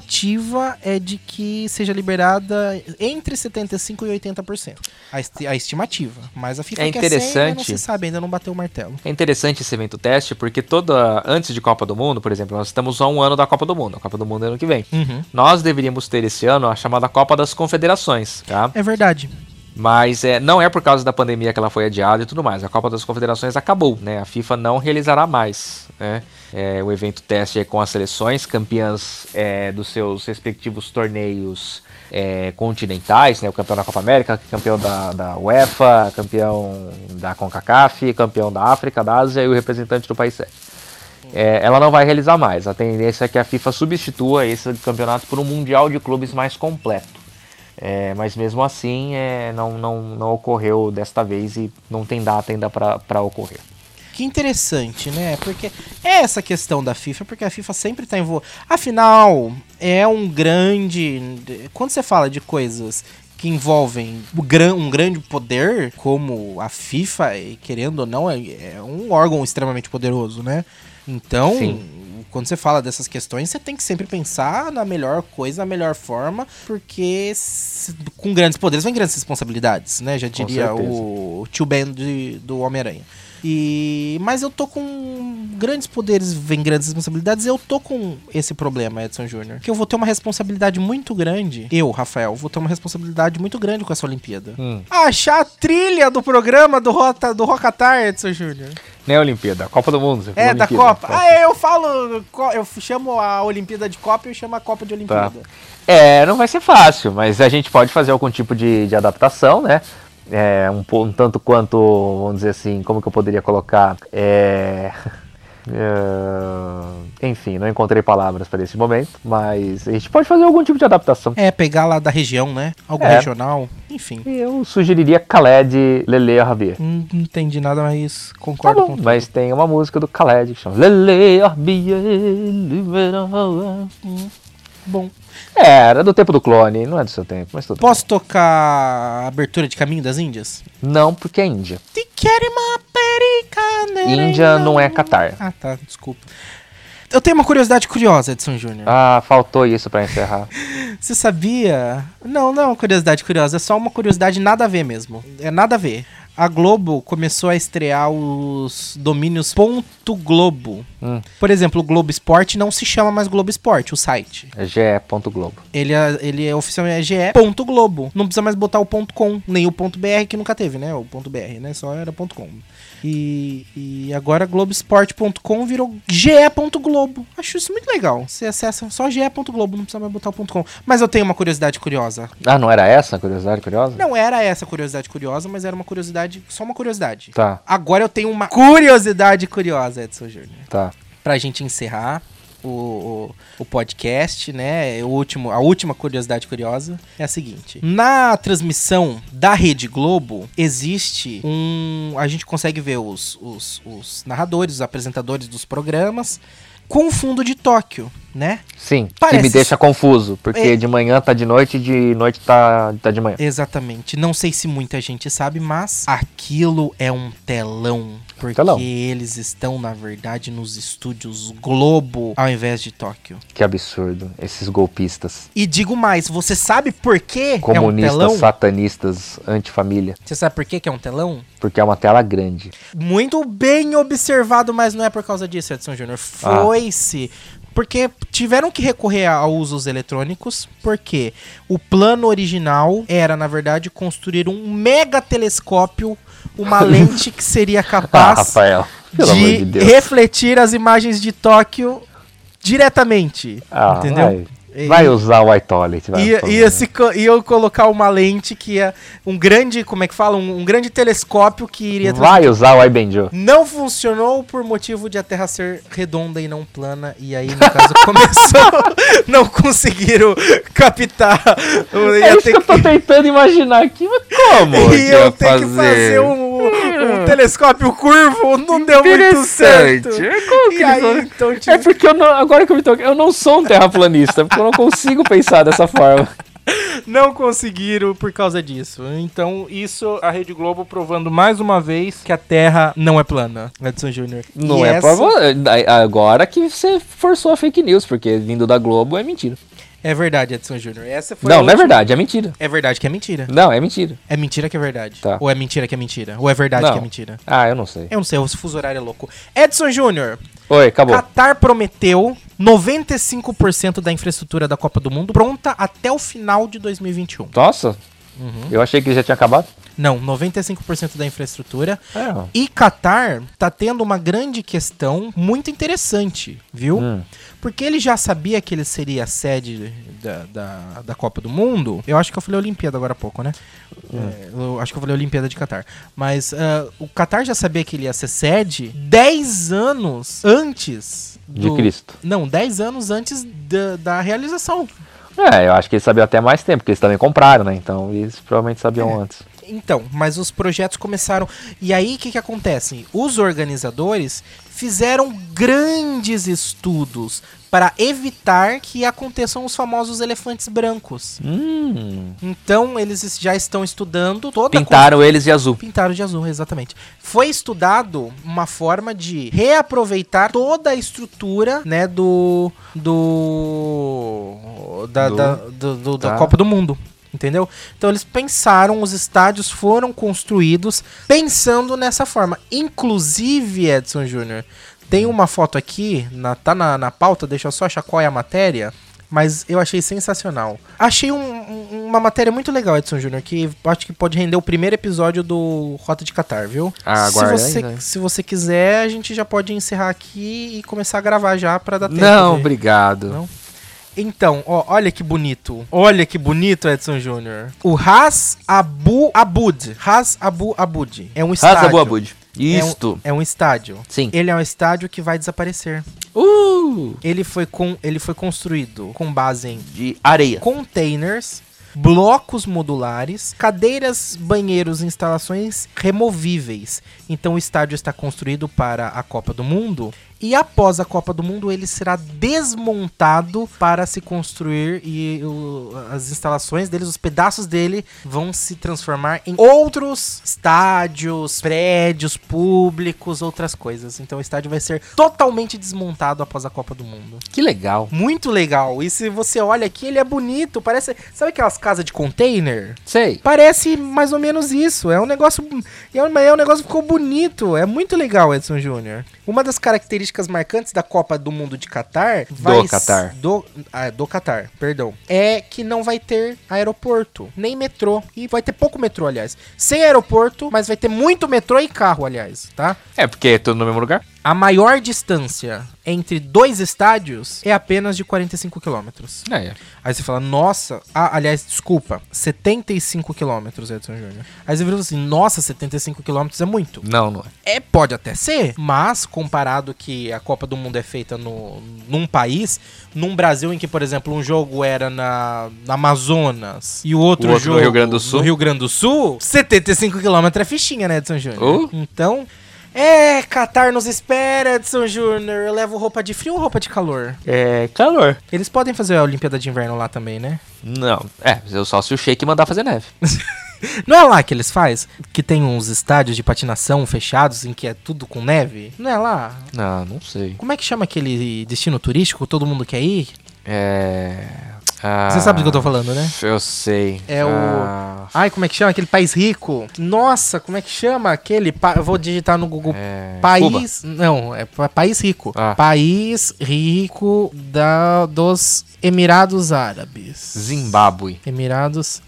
[SPEAKER 1] estimativa é de que seja liberada entre 75% e 80%. A, esti- a estimativa. Mas a FIFA
[SPEAKER 2] É
[SPEAKER 1] quer 100, mas não
[SPEAKER 2] interessante.
[SPEAKER 1] se sabe, ainda não bateu o martelo.
[SPEAKER 2] É interessante esse evento teste, porque toda. Antes de Copa do Mundo, por exemplo, nós estamos a um ano da Copa do Mundo. A Copa do Mundo é ano que vem. Nós deveríamos ter esse ano a chamada Copa das Confederações, tá?
[SPEAKER 1] É verdade.
[SPEAKER 2] Mas é, não é por causa da pandemia que ela foi adiada e tudo mais. A Copa das Confederações acabou, né? A FIFA não realizará mais, né? É, o evento teste é com as seleções campeãs é, dos seus respectivos torneios é, continentais, né? O campeão da Copa América, campeão da, da UEFA, campeão da CONCACAF, campeão da África, da Ásia e o representante do país sede. É, ela não vai realizar mais. A tendência é que a FIFA substitua esse campeonato por um mundial de clubes mais completo. É, mas mesmo assim, é, não, não, não ocorreu desta vez e não tem data ainda para ocorrer.
[SPEAKER 1] Que interessante, né? Porque é essa questão da FIFA, porque a FIFA sempre tá envolvida. Afinal, é um grande. Quando você fala de coisas que envolvem o gran- um grande poder, como a FIFA, e querendo ou não, é é um órgão extremamente poderoso, né? Então, quando você fala dessas questões, você tem que sempre pensar na melhor coisa, na melhor forma, porque se- com grandes poderes vem grandes responsabilidades, né? Já diria
[SPEAKER 2] certeza.
[SPEAKER 1] o tio Ben de- do Homem-Aranha. E mas eu tô com grandes poderes, vem grandes responsabilidades. Eu tô com esse problema, Edson Júnior, que eu vou ter uma responsabilidade muito grande. Eu, Rafael, vou ter uma responsabilidade muito grande com essa Olimpíada.
[SPEAKER 2] Hum.
[SPEAKER 1] Achar a trilha do programa do Rota do Rocatar, Edson Júnior.
[SPEAKER 2] Não é a Olimpíada, a Copa do Mundo. você falou
[SPEAKER 1] É, da
[SPEAKER 2] Olimpíada,
[SPEAKER 1] Copa. Ah, é, eu falo. co- Eu chamo a Olimpíada de Copa e eu chamo a Copa de
[SPEAKER 2] Tá.
[SPEAKER 1] Olimpíada.
[SPEAKER 2] É, não vai ser fácil, mas a gente pode fazer algum tipo de, de adaptação, né? É, um, po- um tanto quanto, vamos dizer assim, como que eu poderia colocar? É, é, enfim, não encontrei palavras para esse momento, mas a gente pode fazer algum tipo de adaptação.
[SPEAKER 1] É, pegar lá da região, né? Algo
[SPEAKER 2] É.
[SPEAKER 1] regional. Enfim.
[SPEAKER 2] Eu sugeriria Khaled Lele Rabier.
[SPEAKER 1] Não não entendi nada, mas
[SPEAKER 2] Tá
[SPEAKER 1] concordo
[SPEAKER 2] bom,
[SPEAKER 1] com
[SPEAKER 2] mas tem uma música do Khaled que chama Lele Rabier. Liberal.
[SPEAKER 1] Bom.
[SPEAKER 2] É, era do tempo do clone, não é do seu tempo, mas tudo. bem.
[SPEAKER 1] Posso tocar a abertura de Caminho das Índias?
[SPEAKER 2] Não, porque é Índia.
[SPEAKER 1] Te quero uma perica, né?
[SPEAKER 2] Índia não é Catar.
[SPEAKER 1] Ah, tá, desculpa. Eu tenho uma curiosidade curiosa, Edson Júnior.
[SPEAKER 2] Ah, faltou isso pra encerrar.
[SPEAKER 1] Você sabia? Não, não é uma curiosidade curiosa, é só uma curiosidade nada a ver mesmo. É nada a ver. A Globo começou a estrear os domínios ponto .globo.
[SPEAKER 2] Hum.
[SPEAKER 1] Por exemplo, o Globo Esporte não se chama mais Globo Esporte, o site.
[SPEAKER 2] É ge.globo.
[SPEAKER 1] Ele é, ele é oficialmente é GE ponto .globo. Não precisa mais botar o ponto .com, nem o ponto .br que nunca teve, né? O ponto .br, né? Só era ponto .com. E, e agora globesport.com virou ge.globo. Acho isso muito legal. Você acessa só ge.globo, não precisa mais botar o ponto .com. Mas eu tenho uma curiosidade curiosa.
[SPEAKER 2] Ah, não era essa a curiosidade curiosa?
[SPEAKER 1] Não era essa a curiosidade curiosa, mas era uma curiosidade, só uma curiosidade.
[SPEAKER 2] Tá,
[SPEAKER 1] Agora eu tenho uma curiosidade curiosa, Edson Júnior
[SPEAKER 2] tá.
[SPEAKER 1] pra gente encerrar o, o, o podcast, né? O último, a última curiosidade curiosa é a seguinte: na transmissão da Rede Globo existe um, a gente consegue ver os, os, os narradores, os apresentadores dos programas com fundo de Tóquio, né?
[SPEAKER 2] Sim,
[SPEAKER 1] Parece-
[SPEAKER 2] que me deixa confuso, porque
[SPEAKER 1] É.
[SPEAKER 2] de manhã tá de noite e de noite tá, tá de manhã.
[SPEAKER 1] Exatamente. Não sei se muita gente sabe, mas aquilo é um telão. Porque
[SPEAKER 2] Telão.
[SPEAKER 1] eles estão, na verdade, nos estúdios Globo ao invés de Tóquio.
[SPEAKER 2] Que absurdo, esses golpistas,
[SPEAKER 1] E digo mais, você sabe por que é um
[SPEAKER 2] comunistas,
[SPEAKER 1] telão?
[SPEAKER 2] satanistas, antifamília,
[SPEAKER 1] Você sabe por que que é um telão?
[SPEAKER 2] porque é uma tela grande.
[SPEAKER 1] Muito bem observado, mas não é por causa disso, Edson Júnior.
[SPEAKER 2] Ah.
[SPEAKER 1] Foi-se. Porque tiveram que recorrer a usos eletrônicos, porque o plano original era, na verdade, construir um mega telescópio, uma lente que seria
[SPEAKER 2] Ah,
[SPEAKER 1] capaz
[SPEAKER 2] Rafael, pelo amor
[SPEAKER 1] de,
[SPEAKER 2] de Deus.
[SPEAKER 1] refletir as imagens de Tóquio diretamente.
[SPEAKER 2] Ah,
[SPEAKER 1] entendeu?
[SPEAKER 2] Vai,
[SPEAKER 1] E-
[SPEAKER 2] vai usar o iToilet, vai.
[SPEAKER 1] Ia,
[SPEAKER 2] pelo
[SPEAKER 1] ia,
[SPEAKER 2] amor.
[SPEAKER 1] se, co- ia eu colocar uma lente que ia. Um grande. Como é que fala? Um, um grande telescópio que iria. trans-
[SPEAKER 2] Vai usar o iBenjo.
[SPEAKER 1] Não funcionou por motivo de a Terra ser redonda e não plana. E aí, no caso, começou. não conseguiram captar. Eu ia
[SPEAKER 2] É isso
[SPEAKER 1] ter
[SPEAKER 2] que eu tô tentando imaginar aqui, mas como?
[SPEAKER 1] E eu ter que fazer um, um telescópio curvo. Não deu muito certo.
[SPEAKER 2] Como que
[SPEAKER 1] E
[SPEAKER 2] eles
[SPEAKER 1] aí,
[SPEAKER 2] vão-
[SPEAKER 1] então,
[SPEAKER 2] É
[SPEAKER 1] tive
[SPEAKER 2] porque eu não, agora que eu me toquei, eu não sou um terraplanista, porque eu não consigo pensar dessa forma.
[SPEAKER 1] não conseguiram por causa disso. Então, isso a Rede Globo provando mais uma vez que a Terra não é plana, Edson Júnior.
[SPEAKER 2] Não
[SPEAKER 1] E
[SPEAKER 2] é
[SPEAKER 1] essa-
[SPEAKER 2] prova. Agora que você forçou a fake news, porque vindo da Globo é mentira.
[SPEAKER 1] É verdade, Edson Júnior. Essa foi a
[SPEAKER 2] não, não é
[SPEAKER 1] última-
[SPEAKER 2] verdade, é mentira.
[SPEAKER 1] É verdade que é mentira.
[SPEAKER 2] Não, é mentira.
[SPEAKER 1] É mentira que é verdade.
[SPEAKER 2] Tá.
[SPEAKER 1] Ou é mentira que é mentira. Ou é verdade
[SPEAKER 2] Não.
[SPEAKER 1] que é mentira.
[SPEAKER 2] Ah, eu não sei.
[SPEAKER 1] Eu não sei, esse fuso horário é louco. Edson Júnior,
[SPEAKER 2] Oi, acabou.
[SPEAKER 1] Qatar prometeu 95% da infraestrutura da Copa do Mundo pronta até o final de 2021.
[SPEAKER 2] Nossa, eu achei que já tinha acabado.
[SPEAKER 1] Não, 95% da infraestrutura.
[SPEAKER 2] É.
[SPEAKER 1] E Qatar tá tendo uma grande questão muito interessante, viu?
[SPEAKER 2] Hum.
[SPEAKER 1] Porque ele já sabia que ele seria a sede da, da, da Copa do Mundo. Eu acho que eu falei Olimpíada agora há pouco, né?
[SPEAKER 2] Hum.
[SPEAKER 1] É, eu acho que eu falei Olimpíada de Qatar. Mas ah, o Qatar já sabia que ele ia ser sede 10 anos antes
[SPEAKER 2] De Cristo.
[SPEAKER 1] Não, 10 anos antes da, da realização.
[SPEAKER 3] É, eu acho que eles sabiam até mais tempo, porque eles também compraram, né? Então eles provavelmente sabiam antes.
[SPEAKER 1] Então, mas os projetos começaram. E aí o que, que acontece? Os organizadores fizeram grandes estudos para evitar que aconteçam os famosos elefantes brancos.
[SPEAKER 3] Hum.
[SPEAKER 1] Então, eles já estão estudando toda a
[SPEAKER 3] Pintaram eles de azul.
[SPEAKER 1] Pintaram de azul, exatamente. Foi estudado uma forma de reaproveitar toda a estrutura, né, do do da,
[SPEAKER 3] Do-
[SPEAKER 1] da, do- do- da
[SPEAKER 3] tá.
[SPEAKER 1] Copa do Mundo. Entendeu? Então eles pensaram, os estádios foram construídos pensando nessa forma. Inclusive, Edson Júnior,
[SPEAKER 3] Hum.
[SPEAKER 1] tem uma foto aqui, na, tá na, na pauta, deixa eu só achar qual é a matéria, mas eu achei sensacional. Achei um- um- uma matéria muito legal, Edson Júnior, que acho que pode render o primeiro episódio do Rota de Catar, viu?
[SPEAKER 3] Ah,
[SPEAKER 1] se
[SPEAKER 3] aguarda aí,
[SPEAKER 1] você,
[SPEAKER 3] né?
[SPEAKER 1] se você quiser, a gente já pode encerrar aqui e começar a gravar já pra dar tempo.
[SPEAKER 3] Não,
[SPEAKER 1] de-
[SPEAKER 3] obrigado.
[SPEAKER 1] Não? Então, ó, olha que bonito. Olha que bonito, Edson Júnior. O Haas Abu Abud. Haas Abu Abud. É um estádio.
[SPEAKER 3] Raza Boa Bud.
[SPEAKER 1] É um-
[SPEAKER 3] Isto.
[SPEAKER 1] É um, estádio.
[SPEAKER 3] Sim.
[SPEAKER 1] Ele é um estádio que vai desaparecer.
[SPEAKER 3] Uh!
[SPEAKER 1] Ele foi, com, ele foi construído com base em
[SPEAKER 3] De areia.
[SPEAKER 1] containers, blocos modulares, cadeiras, banheiros e instalações removíveis. Então o estádio está construído para a Copa do Mundo e após a Copa do Mundo ele será desmontado para se construir e o- as instalações deles, os pedaços dele vão se transformar em outros estádios, prédios públicos, outras coisas. Então o estádio vai ser totalmente desmontado após a Copa do Mundo.
[SPEAKER 3] Que legal.
[SPEAKER 1] Muito legal. E se você olha aqui, ele é bonito. Parece. Sabe aquelas casas de container?
[SPEAKER 3] Sei.
[SPEAKER 1] Parece mais ou menos isso. É um negócio. É um, é um negócio que ficou bonito. É muito legal, Edson Júnior. Uma das características marcantes da Copa do Mundo de Catar. s-
[SPEAKER 3] Catar.
[SPEAKER 1] Do, ah, do Catar, perdão. É que não vai ter aeroporto, nem metrô. E vai ter pouco metrô, aliás. Sem aeroporto, mas vai ter muito metrô e carro, aliás, tá?
[SPEAKER 3] É porque é tudo no mesmo lugar?
[SPEAKER 1] A maior distância entre dois estádios é apenas de 45 quilômetros.
[SPEAKER 3] É, é.
[SPEAKER 1] Aí você fala, nossa. Ah, aliás, desculpa, 75 quilômetros, Edson Júnior. Aí você vira assim, nossa, 75 quilômetros é muito.
[SPEAKER 3] Não, não é.
[SPEAKER 1] É, pode até ser, mas comparado que a Copa do Mundo é feita no, num país, num Brasil em que, por exemplo, um jogo era na, na Amazonas e o outro,
[SPEAKER 3] O outro no
[SPEAKER 1] jogo
[SPEAKER 3] Rio Grande do Sul.
[SPEAKER 1] no Rio Grande do Sul, 75 quilômetros é fichinha, né, Edson Júnior?
[SPEAKER 3] Oh.
[SPEAKER 1] Então, é, Qatar nos espera, Edson Júnior. Eu levo roupa de frio ou roupa de calor?
[SPEAKER 3] É calor.
[SPEAKER 1] Eles podem fazer a Olimpíada de Inverno lá também, né?
[SPEAKER 3] Não. É, só se o Shake mandar fazer neve.
[SPEAKER 1] Não é lá que eles faz? Que tem uns estádios de patinação fechados em que é tudo com neve? Não é lá?
[SPEAKER 3] Não, não sei.
[SPEAKER 1] Como é que chama aquele destino turístico? que Todo mundo quer ir?
[SPEAKER 3] É. ah,
[SPEAKER 1] Você sabe do que eu tô falando, né?
[SPEAKER 3] Eu sei.
[SPEAKER 1] É o-
[SPEAKER 3] Ah,
[SPEAKER 1] Ai, como é que chama? Aquele país rico? Nossa, como é que chama aquele? pa- Eu vou digitar no Google.
[SPEAKER 3] É... Cuba.
[SPEAKER 1] País. Não, é pa- país rico.
[SPEAKER 3] Ah.
[SPEAKER 1] País rico da, dos Emirados Árabes.
[SPEAKER 3] Zimbábue.
[SPEAKER 1] Emirados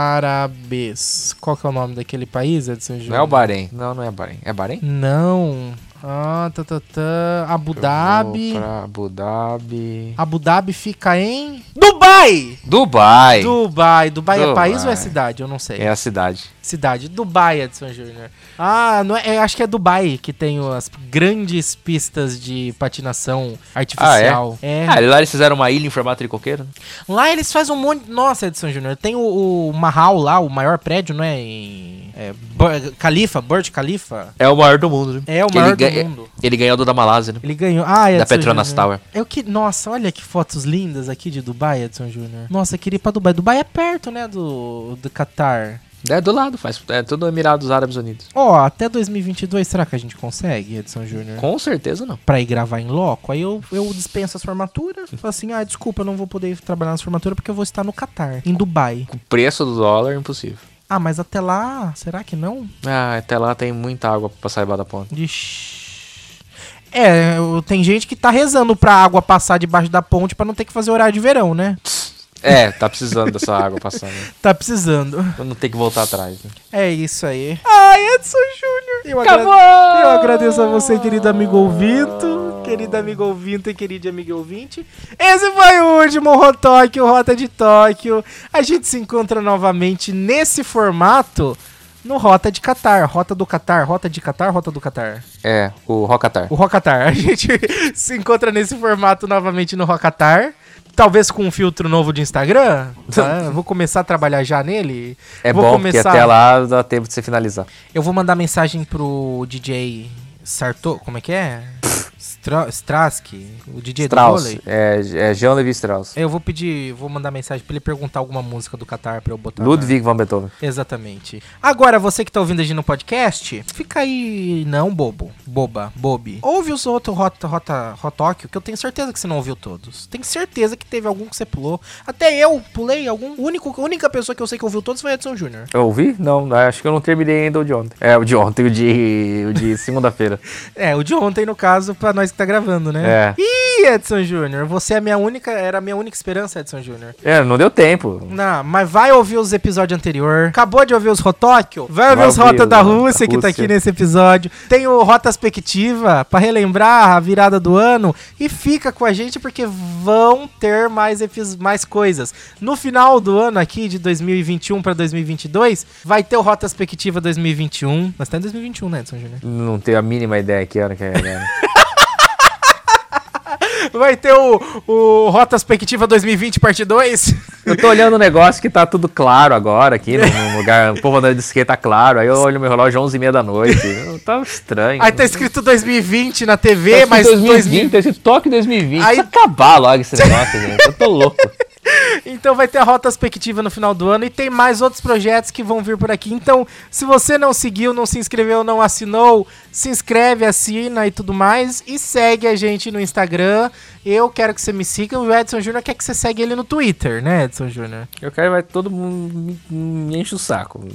[SPEAKER 1] Árabes. Qual que é o nome daquele país, Edson Júnior?
[SPEAKER 3] Não é o Bahrein. Não, não é Bahrein. É Bahrein?
[SPEAKER 1] Não. Ah, tá, tá, tá. Abu Dhabi.
[SPEAKER 3] Eu vou pra Abu Dhabi.
[SPEAKER 1] Abu Dhabi fica em. Dubai!
[SPEAKER 3] Dubai.
[SPEAKER 1] Dubai. Dubai é
[SPEAKER 3] Dubai.
[SPEAKER 1] país ou é cidade? Eu não sei.
[SPEAKER 3] É a cidade.
[SPEAKER 1] Cidade. Dubai, Edson Júnior. Ah, não é, é, acho que é Dubai que tem as grandes pistas de patinação artificial. é?
[SPEAKER 3] Ah, lá eles fizeram uma ilha em formato de coqueiro? né?
[SPEAKER 1] Lá eles fazem um monte. Nossa, Edson Júnior, tem o, o Mahal lá, o maior prédio, não é? Em. É, Bur- Khalifa, Burj Khalifa.
[SPEAKER 3] É o maior do mundo, né?
[SPEAKER 1] É o maior
[SPEAKER 3] ele
[SPEAKER 1] do
[SPEAKER 3] ganha-
[SPEAKER 1] mundo.
[SPEAKER 3] Ele ganhou do da Malásia, né?
[SPEAKER 1] Ele ganhou. Ah, Edson
[SPEAKER 3] da Petronas
[SPEAKER 1] Júnior.
[SPEAKER 3] Tower.
[SPEAKER 1] Eu que, nossa, olha que fotos lindas aqui de Dubai, Edson Júnior. Nossa, eu queria ir pra Dubai. Dubai é perto, né, do, do Qatar.
[SPEAKER 3] É do lado, faz. É tudo Emirados Árabes Unidos.
[SPEAKER 1] Ó, até 2022, será que a gente consegue, Edson Júnior?
[SPEAKER 3] Com certeza não.
[SPEAKER 1] Pra ir gravar em loco, aí eu, eu dispenso as formaturas. Falo assim, ah, desculpa, eu não vou poder ir trabalhar nas formaturas porque eu vou estar no Qatar, em Dubai.
[SPEAKER 3] O preço do dólar é impossível.
[SPEAKER 1] Ah, mas até lá, será que não?
[SPEAKER 3] Ah, até lá tem muita água pra passar debaixo da ponte.
[SPEAKER 1] Ixi. É, eu- tem gente que tá rezando pra água passar debaixo da ponte pra não ter que fazer horário de verão, né?
[SPEAKER 3] É, tá precisando dessa água passando. né?
[SPEAKER 1] Tá precisando.
[SPEAKER 3] Pra não ter que voltar atrás. né?
[SPEAKER 1] É isso aí. Ai, Edson Júnior. Eu, agra- eu agradeço a você, querido amigo ouvinto. Querido amigo ouvinto e querido amigo ouvinte. Esse foi o último Rotóquio, Rota de Tóquio. A gente se encontra novamente nesse formato no Rota de Catar. Rota do Catar, Rota de Catar, Rota do Catar.
[SPEAKER 3] É, o Rocatar.
[SPEAKER 1] O Rocatar. A gente se encontra nesse formato novamente no Rocatar. talvez com um filtro novo de Instagram. tá? Eu vou começar a trabalhar já nele.
[SPEAKER 2] É
[SPEAKER 1] vou
[SPEAKER 2] bom,
[SPEAKER 1] começar...
[SPEAKER 2] porque até lá dá tempo de você finalizar.
[SPEAKER 1] Eu vou mandar mensagem pro DJ Sarto. Como é que é? Stra... Strasky, o DJ do
[SPEAKER 2] Strauss.
[SPEAKER 1] vôlei.
[SPEAKER 2] É, é Jean Levi Strauss.
[SPEAKER 1] Eu vou pedir, vou mandar mensagem pra ele perguntar alguma música do Qatar pra eu botar. na-
[SPEAKER 2] Ludwig van Beethoven.
[SPEAKER 1] Exatamente. Agora, você que tá ouvindo a gente no podcast, fica aí, não, bobo. Boba, bobe. Ouve os outros Rota, Rota, Rotóquio, que eu tenho certeza que você não ouviu todos. Tenho certeza que teve algum que você pulou. Até eu pulei algum. O único, a única pessoa que eu sei que ouviu todos foi Edson Júnior.
[SPEAKER 2] Eu ouvi? Não, acho que eu não terminei ainda o de ontem. É, o de ontem, o de, o de segunda-feira.
[SPEAKER 1] É, o de ontem, no caso, pra nós que tá gravando, né?
[SPEAKER 2] É.
[SPEAKER 1] Ih, Edson Júnior, você é a minha única, era a minha única esperança, Edson Júnior.
[SPEAKER 2] É, não deu tempo.
[SPEAKER 1] Não, mas vai ouvir os episódios anterior. Acabou de ouvir os Rotóquio? Vai ouvir
[SPEAKER 2] Vai
[SPEAKER 1] os
[SPEAKER 2] ouvir
[SPEAKER 1] Rotas da
[SPEAKER 2] os- da
[SPEAKER 1] Rússia que tá aqui
[SPEAKER 2] Rússia.
[SPEAKER 1] nesse episódio. Tem o Rota Aspectiva pra relembrar a virada do ano. E fica com a gente porque vão ter mais, epis- mais coisas. No final do ano aqui, de 2021 pra 2022, vai ter o Rota Aspectiva 2021. Mas tá em 2021, né, Edson Júnior?
[SPEAKER 2] Não tenho a mínima ideia que ano que é. né?
[SPEAKER 1] Vai ter o, o Rota Aspectiva 2020 parte 2.
[SPEAKER 2] Eu tô olhando um negócio que tá tudo claro agora aqui, num- num lugar, o povo andando de skate tá claro, aí eu olho meu relógio 11h30 da noite. Tá estranho.
[SPEAKER 1] Aí tá escrito 2020 na TV,
[SPEAKER 2] Tá
[SPEAKER 1] mas 2020
[SPEAKER 2] 2020, tá escrito Tóquio 2020.
[SPEAKER 1] Aí-
[SPEAKER 2] Aí... acabar logo esse negócio, gente. Eu tô louco.
[SPEAKER 1] Então vai ter a Rota Aspectiva no final do ano e tem mais outros projetos que vão vir por aqui. Então, se você não seguiu, não se inscreveu, não assinou, se inscreve, assina e tudo mais. E segue a gente no Instagram. Eu quero que você me siga. O Edson Júnior quer que você segue ele no Twitter, né, Edson Júnior?
[SPEAKER 2] Eu quero vai todo mundo me, me enche o saco.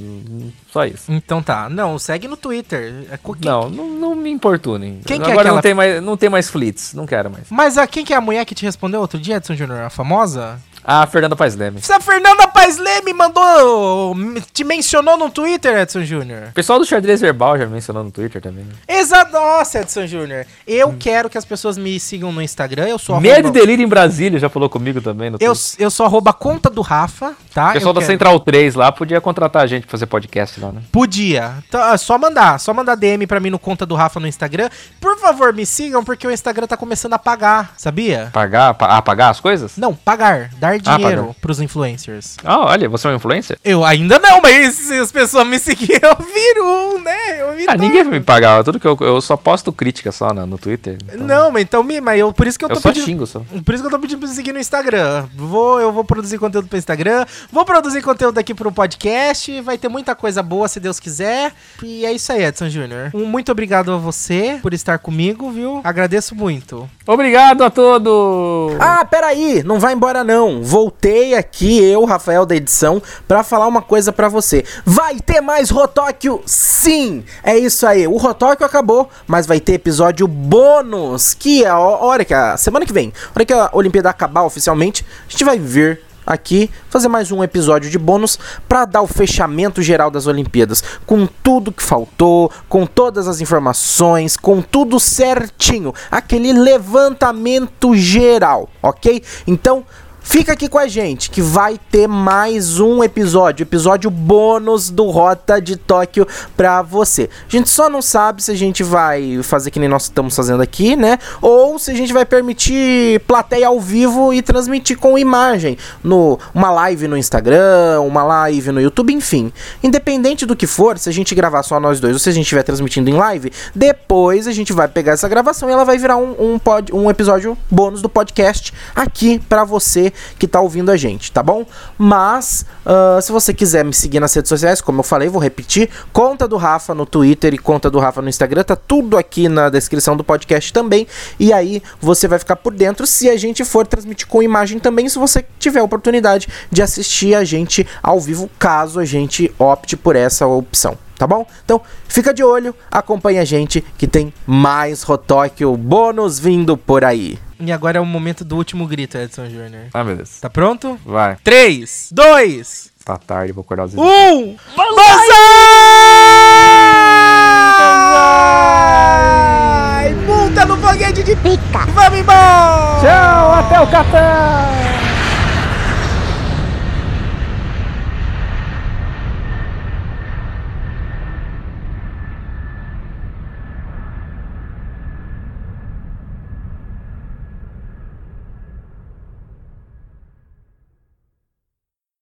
[SPEAKER 2] Só isso.
[SPEAKER 1] Então tá. Não, segue no Twitter. É co-
[SPEAKER 2] Não, não, não me importunem.
[SPEAKER 1] Quem que é
[SPEAKER 2] Agora
[SPEAKER 1] aquela-
[SPEAKER 2] não, tem mais, não tem mais flits, não quero mais.
[SPEAKER 1] Mas a, quem que é a mulher que te respondeu outro dia, Edson Júnior? A famosa?
[SPEAKER 2] Ah, Fernanda Paz Leme.
[SPEAKER 1] Se a Fernanda Paz Leme mandou. me- te mencionou no Twitter, Edson Júnior.
[SPEAKER 2] O pessoal do xadrez verbal já mencionou no Twitter também. né?
[SPEAKER 1] Exato, nossa, Edson Júnior. Eu
[SPEAKER 2] Hum.
[SPEAKER 1] quero que as pessoas me sigam no Instagram. Eu sou
[SPEAKER 2] Medo e
[SPEAKER 1] arroba,
[SPEAKER 2] Delírio em Brasília já falou comigo também no
[SPEAKER 1] eu,
[SPEAKER 2] Twitter.
[SPEAKER 1] eu sou arroba conta do Rafa, tá?
[SPEAKER 2] O pessoal
[SPEAKER 1] Eu
[SPEAKER 2] da
[SPEAKER 1] quero.
[SPEAKER 2] Central 3 lá podia contratar a gente pra fazer podcast lá, né?
[SPEAKER 1] Podia. Então, ah, só mandar, só mandar DM pra mim no conta do Rafa no Instagram. Por favor, me sigam porque o Instagram tá começando a pagar, sabia?
[SPEAKER 2] Pagar, pa- apagar as coisas?
[SPEAKER 1] Não, pagar, dar dinheiro
[SPEAKER 2] Ah, pagar.
[SPEAKER 1] pros influencers.
[SPEAKER 2] Ah, olha, você é um influencer?
[SPEAKER 1] Eu ainda não, mas se as pessoas me seguirem, eu viro um, né? Eu me
[SPEAKER 2] Ah, ninguém vai me pagar. Tudo que eu, eu só posto crítica só na- no Twitter. então-
[SPEAKER 1] Não, mas então me, mas eu por isso que eu,
[SPEAKER 2] Eu
[SPEAKER 1] tô
[SPEAKER 2] só
[SPEAKER 1] pedindo.
[SPEAKER 2] xingo só.
[SPEAKER 1] Por isso que eu tô pedindo pra você seguir no Instagram. Vou, eu vou produzir conteúdo pro Instagram, vou produzir conteúdo aqui pro podcast, vai ter muita coisa boa se Deus quiser. E é isso aí, Edson Júnior. Um muito obrigado a você por estar comigo, viu? Agradeço muito.
[SPEAKER 2] Obrigado a todos!
[SPEAKER 5] Ah, peraí, não vai embora não. Voltei aqui, eu, Rafael da edição, pra falar uma coisa pra você. Vai ter mais Rotóquio? Sim! É isso aí, o Rotóquio acabou, mas vai ter episódio bônus, que é a hora que a semana que vem, a hora que a Olimpíada acabar oficialmente, a gente vai vir aqui fazer mais um episódio de bônus pra dar o fechamento geral das Olimpíadas, com tudo que faltou, com todas as informações, com tudo certinho, aquele levantamento geral, OK? Então, Fica aqui com a gente que vai ter mais um episódio, episódio bônus do Rota de Tóquio pra você. A gente só não sabe se a gente vai fazer que nem nós estamos fazendo aqui, né? Ou se a gente vai permitir plateia ao vivo e transmitir com imagem, no uma live no Instagram, uma live no YouTube, enfim. Independente do que for, se a gente gravar só nós dois ou se a gente estiver transmitindo em live, depois a gente vai pegar essa gravação e ela vai virar um, um, pod- um episódio bônus do podcast aqui pra você que tá ouvindo a gente, tá bom? Mas, ah, se você quiser me seguir nas redes sociais, como eu falei, vou repetir, conta do Rafa no Twitter e conta do Rafa no Instagram, tá tudo aqui na descrição do podcast também, e aí você vai ficar por dentro se a gente for transmitir com imagem também, se você tiver a oportunidade de assistir a gente ao vivo, caso a gente opte por essa opção tá bom? Então fica de olho, acompanha a gente que tem mais Rotóquio bônus vindo por aí.
[SPEAKER 1] E agora é o momento do último grito, Edson Júnior.
[SPEAKER 2] Ah, meu Deus.
[SPEAKER 1] Tá pronto?
[SPEAKER 2] Vai,
[SPEAKER 1] 3, 2,
[SPEAKER 2] tá tarde, vou acordar os
[SPEAKER 1] 1. Banzai! Multa no foguete de pica! Vamos embora!
[SPEAKER 2] Tchau, até o Catar!